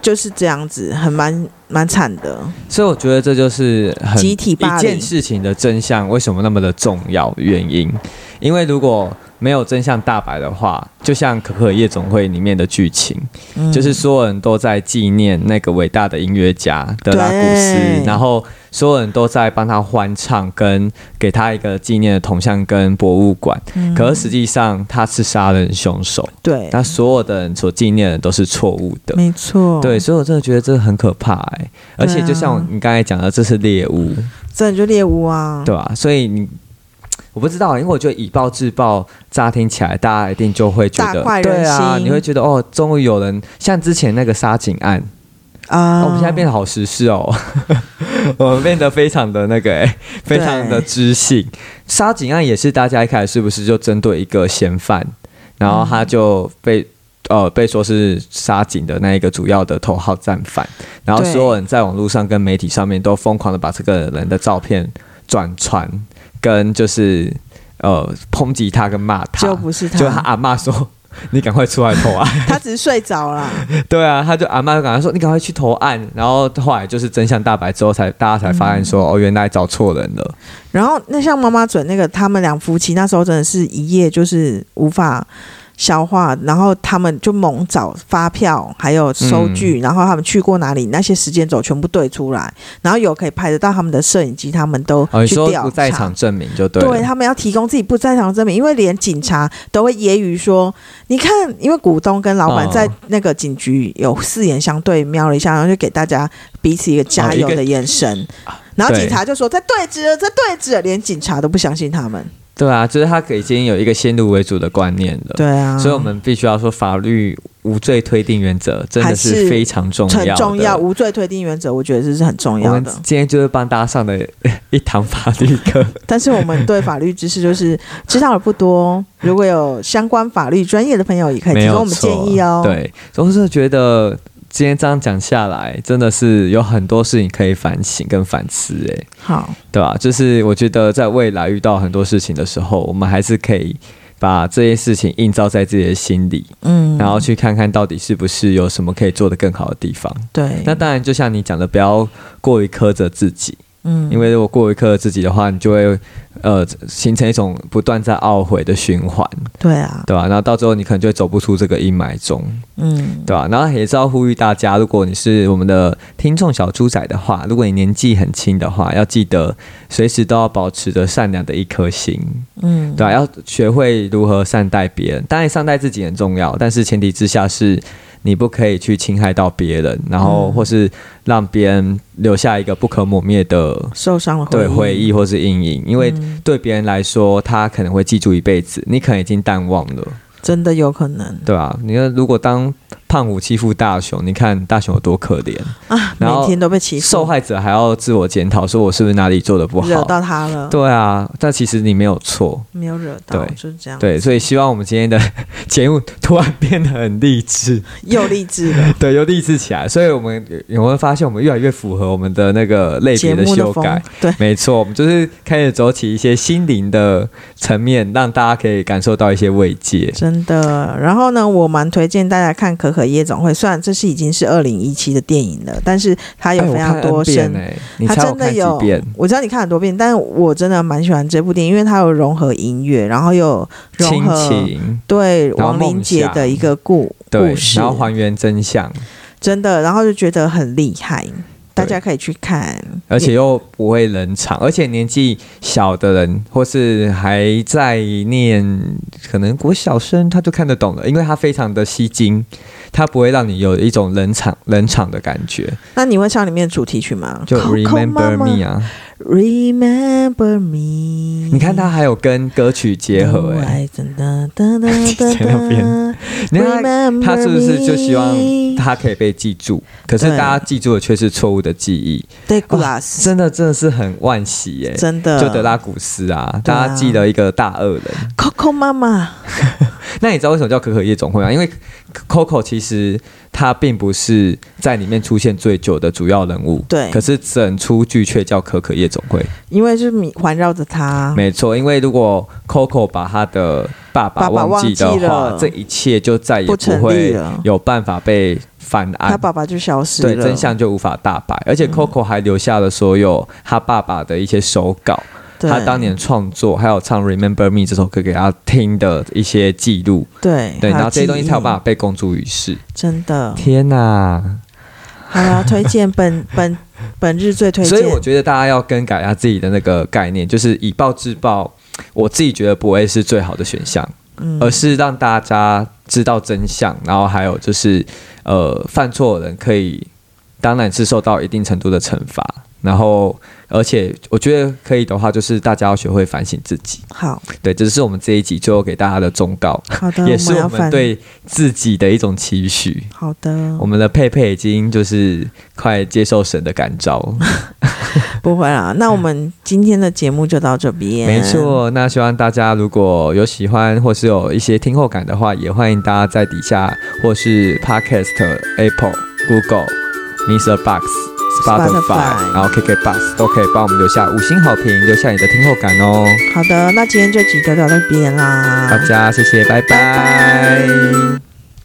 [SPEAKER 1] 就是这样子，很蛮蛮惨的。
[SPEAKER 2] 所以我觉得这就是很
[SPEAKER 1] 集体霸凌
[SPEAKER 2] 一件事情的真相为什么那么的重要原因，因为如果没有真相大白的话，就像《可可夜总会》里面的剧情，
[SPEAKER 1] 嗯
[SPEAKER 2] 就是所有人都在纪念那个伟大的音乐家德拉古斯
[SPEAKER 1] 对，
[SPEAKER 2] 然后所有人都在帮他欢唱，跟给他一个纪念的铜像跟博物馆。
[SPEAKER 1] 嗯
[SPEAKER 2] 可是实际上他是杀人凶手，
[SPEAKER 1] 对，
[SPEAKER 2] 他所有的人所纪念的都是错误的。
[SPEAKER 1] 没错，
[SPEAKER 2] 对，，所以我真的觉得这很可怕哎、而且就
[SPEAKER 1] 啊
[SPEAKER 2] 像你刚才讲的，这是猎物，
[SPEAKER 1] 真的就猎物啊。
[SPEAKER 2] 对吧、所以你我不知道，因为我觉得以暴制暴，乍听起来大家一定就会觉
[SPEAKER 1] 大
[SPEAKER 2] 得
[SPEAKER 1] 快，人
[SPEAKER 2] 对啊，
[SPEAKER 1] 心
[SPEAKER 2] 你会觉得哦，终于有人像之前那个杀警案，
[SPEAKER 1] 啊、
[SPEAKER 2] 哦我们现在变得好时事哦， (laughs) 我们变得非常的那个哎、非常的知性。杀警案也是大家一开始是不是就针对一个嫌犯，然后他就被、
[SPEAKER 1] 嗯
[SPEAKER 2] 呃被说是杀警的那一个主要的头号战犯，然后
[SPEAKER 1] 对
[SPEAKER 2] 所有人在网络上跟媒体上面都疯狂的把这个人的照片转传，跟就是呃抨击他跟骂他，
[SPEAKER 1] 就不是他，
[SPEAKER 2] 就他阿妈说。你赶快出来投啊案！
[SPEAKER 1] (laughs) 他只是睡着了。
[SPEAKER 2] 对啊，他就阿妈就赶快说你赶快去投案，然后后来就是真相大白之后才，大家才发现说、
[SPEAKER 1] 嗯
[SPEAKER 2] 哦，原来找错人了。
[SPEAKER 1] 然后那像妈妈准那个，他们两夫妻那时候真的是一夜就是无法消化，然后他们就猛找发票，还有收
[SPEAKER 2] 嗯
[SPEAKER 1] 据，然后他们去过哪里，那些时间轴全部对出来，然后有可以拍得到他们的摄影机，他们都
[SPEAKER 2] 哦，你
[SPEAKER 1] 去
[SPEAKER 2] 说
[SPEAKER 1] 调
[SPEAKER 2] 不在
[SPEAKER 1] 查
[SPEAKER 2] 场。证明就对
[SPEAKER 1] 对
[SPEAKER 2] 了。
[SPEAKER 1] 他们要提供自己不在场的证明，因为连警察都会揶揄说：“你看，因为股东跟老板
[SPEAKER 2] 哦
[SPEAKER 1] 在那个警局有四眼相对瞄了一下，然后就给大家彼此一个加油
[SPEAKER 2] 哦一
[SPEAKER 1] 的
[SPEAKER 2] 个
[SPEAKER 1] 眼 (laughs) 神。然后
[SPEAKER 2] 对
[SPEAKER 1] 警察就说：“在啊对峙了，在对峙了。”连警察都不相信他们。
[SPEAKER 2] 对啊，就是他已经有一个先入为主的观念了。、
[SPEAKER 1] 对啊，
[SPEAKER 2] 所以我们必须要说，法律无罪推定原则真的
[SPEAKER 1] 还
[SPEAKER 2] 是
[SPEAKER 1] 是
[SPEAKER 2] 非常重要的。
[SPEAKER 1] 啊很重要，无罪推定原则，我觉得这是很重
[SPEAKER 2] 我
[SPEAKER 1] 要
[SPEAKER 2] 们
[SPEAKER 1] 的。
[SPEAKER 2] 今天就是帮大家上的一堂法律课。
[SPEAKER 1] (laughs) 但是我们对法律知识就是知道的不多，如果有相关法律专业的朋友，也可以
[SPEAKER 2] 没
[SPEAKER 1] 提哎供我
[SPEAKER 2] 有
[SPEAKER 1] 们
[SPEAKER 2] 错，
[SPEAKER 1] 建议哦。，
[SPEAKER 2] 对，我是觉得今天这样讲下来，真的是有很多事情可以反省跟反思、欸。
[SPEAKER 1] 好，
[SPEAKER 2] 对吧、就是我觉得在未来遇到很多事情的时候，我们还是可以把这些事情映照在自己的心里，
[SPEAKER 1] 嗯，
[SPEAKER 2] 然后去看看到底是不是有什么可以做得更好的地方。
[SPEAKER 1] 对，
[SPEAKER 2] 那当然，就像你讲的，不要过于苛责自己，
[SPEAKER 1] 嗯，
[SPEAKER 2] 因为如果过于苛责自己的话，你就会呃形成一种不断在懊悔的循环，
[SPEAKER 1] 对啊，
[SPEAKER 2] 对吧、然后到最后你可能就会走不出这个阴霾中。
[SPEAKER 1] 嗯，
[SPEAKER 2] 对吧、然后也是要呼吁大家，如果你是我们的听众小猪仔的话，如果你年纪很轻的话，要记得随时都要保持着善良的一颗心，
[SPEAKER 1] 嗯，
[SPEAKER 2] 对吧、要学会如何善待别人，当然善待自己很重要，但是前提之下是你不可以去侵害到别人，然后
[SPEAKER 1] 嗯
[SPEAKER 2] 或是让别人留下一个不可磨灭的
[SPEAKER 1] 受伤了，
[SPEAKER 2] 对回忆或是阴影，因为
[SPEAKER 1] 哦嗯
[SPEAKER 2] 对别人来说，他可能会记住一辈子，你可能已经淡忘了。
[SPEAKER 1] 真的有可能
[SPEAKER 2] 对啊，你看，如果当胖虎欺负大雄，你看大雄有多可怜，
[SPEAKER 1] 啊，
[SPEAKER 2] 然后
[SPEAKER 1] 每天都被欺负，
[SPEAKER 2] 受害者还要自我检讨，说我是不是哪里做的不
[SPEAKER 1] 惹
[SPEAKER 2] 好？
[SPEAKER 1] 到他了，
[SPEAKER 2] 对啊，但其实你没有错，
[SPEAKER 1] 没有惹到，
[SPEAKER 2] 对
[SPEAKER 1] 就是这样，
[SPEAKER 2] 对，所以希望我们今天的 (laughs) 节目突然变得很励志，
[SPEAKER 1] 又励志
[SPEAKER 2] (laughs)
[SPEAKER 1] 了，
[SPEAKER 2] 对，又励志起来，所以我们你会发现我们越来越符合我们的那个类
[SPEAKER 1] 节
[SPEAKER 2] 别
[SPEAKER 1] 目
[SPEAKER 2] 修
[SPEAKER 1] 风
[SPEAKER 2] 改。，
[SPEAKER 1] 对，
[SPEAKER 2] 没错，我们就是开始走起一些心灵的层面，让大家可以感受到一些慰藉。
[SPEAKER 1] 真的。然后呢，我蛮推荐大家看《可可夜总会》，虽然这是已经是二零一七的电影了，但是它有
[SPEAKER 2] 哎我
[SPEAKER 1] 非常
[SPEAKER 2] 看 N
[SPEAKER 1] 多
[SPEAKER 2] 遍
[SPEAKER 1] 深。
[SPEAKER 2] 哎，你
[SPEAKER 1] 它
[SPEAKER 2] 猜我
[SPEAKER 1] 真的
[SPEAKER 2] 看几
[SPEAKER 1] 有
[SPEAKER 2] 遍？，
[SPEAKER 1] 我知道你看很多遍，但是我真的蛮喜欢这部电影，因为它有融合音乐，然后有融
[SPEAKER 2] 亲
[SPEAKER 1] 合
[SPEAKER 2] 情。
[SPEAKER 1] 对
[SPEAKER 2] 然后
[SPEAKER 1] 王林
[SPEAKER 2] 梦
[SPEAKER 1] 杰
[SPEAKER 2] 想
[SPEAKER 1] 的一个故
[SPEAKER 2] 对
[SPEAKER 1] 故，事，
[SPEAKER 2] 然后还原真相，
[SPEAKER 1] 真的，然后就觉得很厉害，大家可以去看。
[SPEAKER 2] 而且又不会冷场，而且年纪小的人或是还在念可能国小生，他就看得懂了，因为他非常的吸睛，他不会让你有一种冷场冷场的感觉，
[SPEAKER 1] 那你会唱里面的主题曲吗？
[SPEAKER 2] 就
[SPEAKER 1] Coco Mama，
[SPEAKER 2] Remember Me 啊，
[SPEAKER 1] Remember me。
[SPEAKER 2] 你看他还有跟歌曲结合、
[SPEAKER 1] No,
[SPEAKER 2] 欸，哎，
[SPEAKER 1] I- 噔噔噔噔
[SPEAKER 2] 前两
[SPEAKER 1] 噔
[SPEAKER 2] (laughs) 你看
[SPEAKER 1] Remember
[SPEAKER 2] 他是不是就希望
[SPEAKER 1] me
[SPEAKER 2] 他可以被记住？可是
[SPEAKER 1] 对
[SPEAKER 2] 大家记住的却是错误的记忆，
[SPEAKER 1] Douglas，
[SPEAKER 2] 真的真的是很惋惜耶、
[SPEAKER 1] 真的
[SPEAKER 2] 哎就德拉古斯啊，
[SPEAKER 1] 对啊
[SPEAKER 2] 大家记得一个大恶人。
[SPEAKER 1] Coco 妈妈，
[SPEAKER 2] 那你知道为什么叫可可夜总会吗？因为 Coco 其实他并不是在里面出现最久的主要人物，
[SPEAKER 1] 对嗯
[SPEAKER 2] 可是整出剧却叫可可夜总会，
[SPEAKER 1] 因为就是你环绕着她，
[SPEAKER 2] 没错。因为如果 Coco 把他的爸
[SPEAKER 1] 爸
[SPEAKER 2] 爸
[SPEAKER 1] 爸
[SPEAKER 2] 忘记的
[SPEAKER 1] 忘记
[SPEAKER 2] 话，
[SPEAKER 1] 了
[SPEAKER 2] 这一切就再也
[SPEAKER 1] 不成立
[SPEAKER 2] 会
[SPEAKER 1] 了
[SPEAKER 2] 有办法被翻
[SPEAKER 1] 她
[SPEAKER 2] 案。
[SPEAKER 1] 爸爸就消失
[SPEAKER 2] 啊对
[SPEAKER 1] 了，嗯
[SPEAKER 2] 真相就无法大白，而且 Coco 还留下了所有他爸爸的一些手稿，
[SPEAKER 1] 对，
[SPEAKER 2] 他当年创作还有唱《Remember Me》这首歌给他听的一些记录，
[SPEAKER 1] 对
[SPEAKER 2] 对，然后这些东西才有办
[SPEAKER 1] 爸
[SPEAKER 2] 法被公诸于世。
[SPEAKER 1] 真的。
[SPEAKER 2] 天呐！
[SPEAKER 1] 好啦，推荐本本本日最推荐，
[SPEAKER 2] 所以我觉得大家要更改一下自己的那个概念，就是以暴制暴，我自己觉得不会是最好的选项，
[SPEAKER 1] 嗯
[SPEAKER 2] 而是让大家知道真相，然后还有就是呃，犯错的人可以当然是受到一定程度的惩罚，然后而且我觉得可以的话，就是大家要学会反省自己。
[SPEAKER 1] 好
[SPEAKER 2] 对，这是我们这一集最后给大家的忠告，
[SPEAKER 1] 好的，
[SPEAKER 2] 也是
[SPEAKER 1] 我们
[SPEAKER 2] 嗯我
[SPEAKER 1] 要
[SPEAKER 2] 们
[SPEAKER 1] 反
[SPEAKER 2] 对自己的一种期许。
[SPEAKER 1] 好的
[SPEAKER 2] 嗯我，们的佩佩已经就是快接受神的感召，
[SPEAKER 1] 不会啦。那我们今天的节目就到这边，
[SPEAKER 2] 没，错。那希望大家如果有喜欢或是有一些听后感的话，也欢迎大家在底下或是 Podcast、Apple、Google、Mr. Box、
[SPEAKER 1] Spotify
[SPEAKER 2] Spotify，然后 KK Box 都可以帮我们留下五星好评，留下你的听后感哦。
[SPEAKER 1] 好的，那今天这集就到这边啦，
[SPEAKER 2] 大家谢谢，拜拜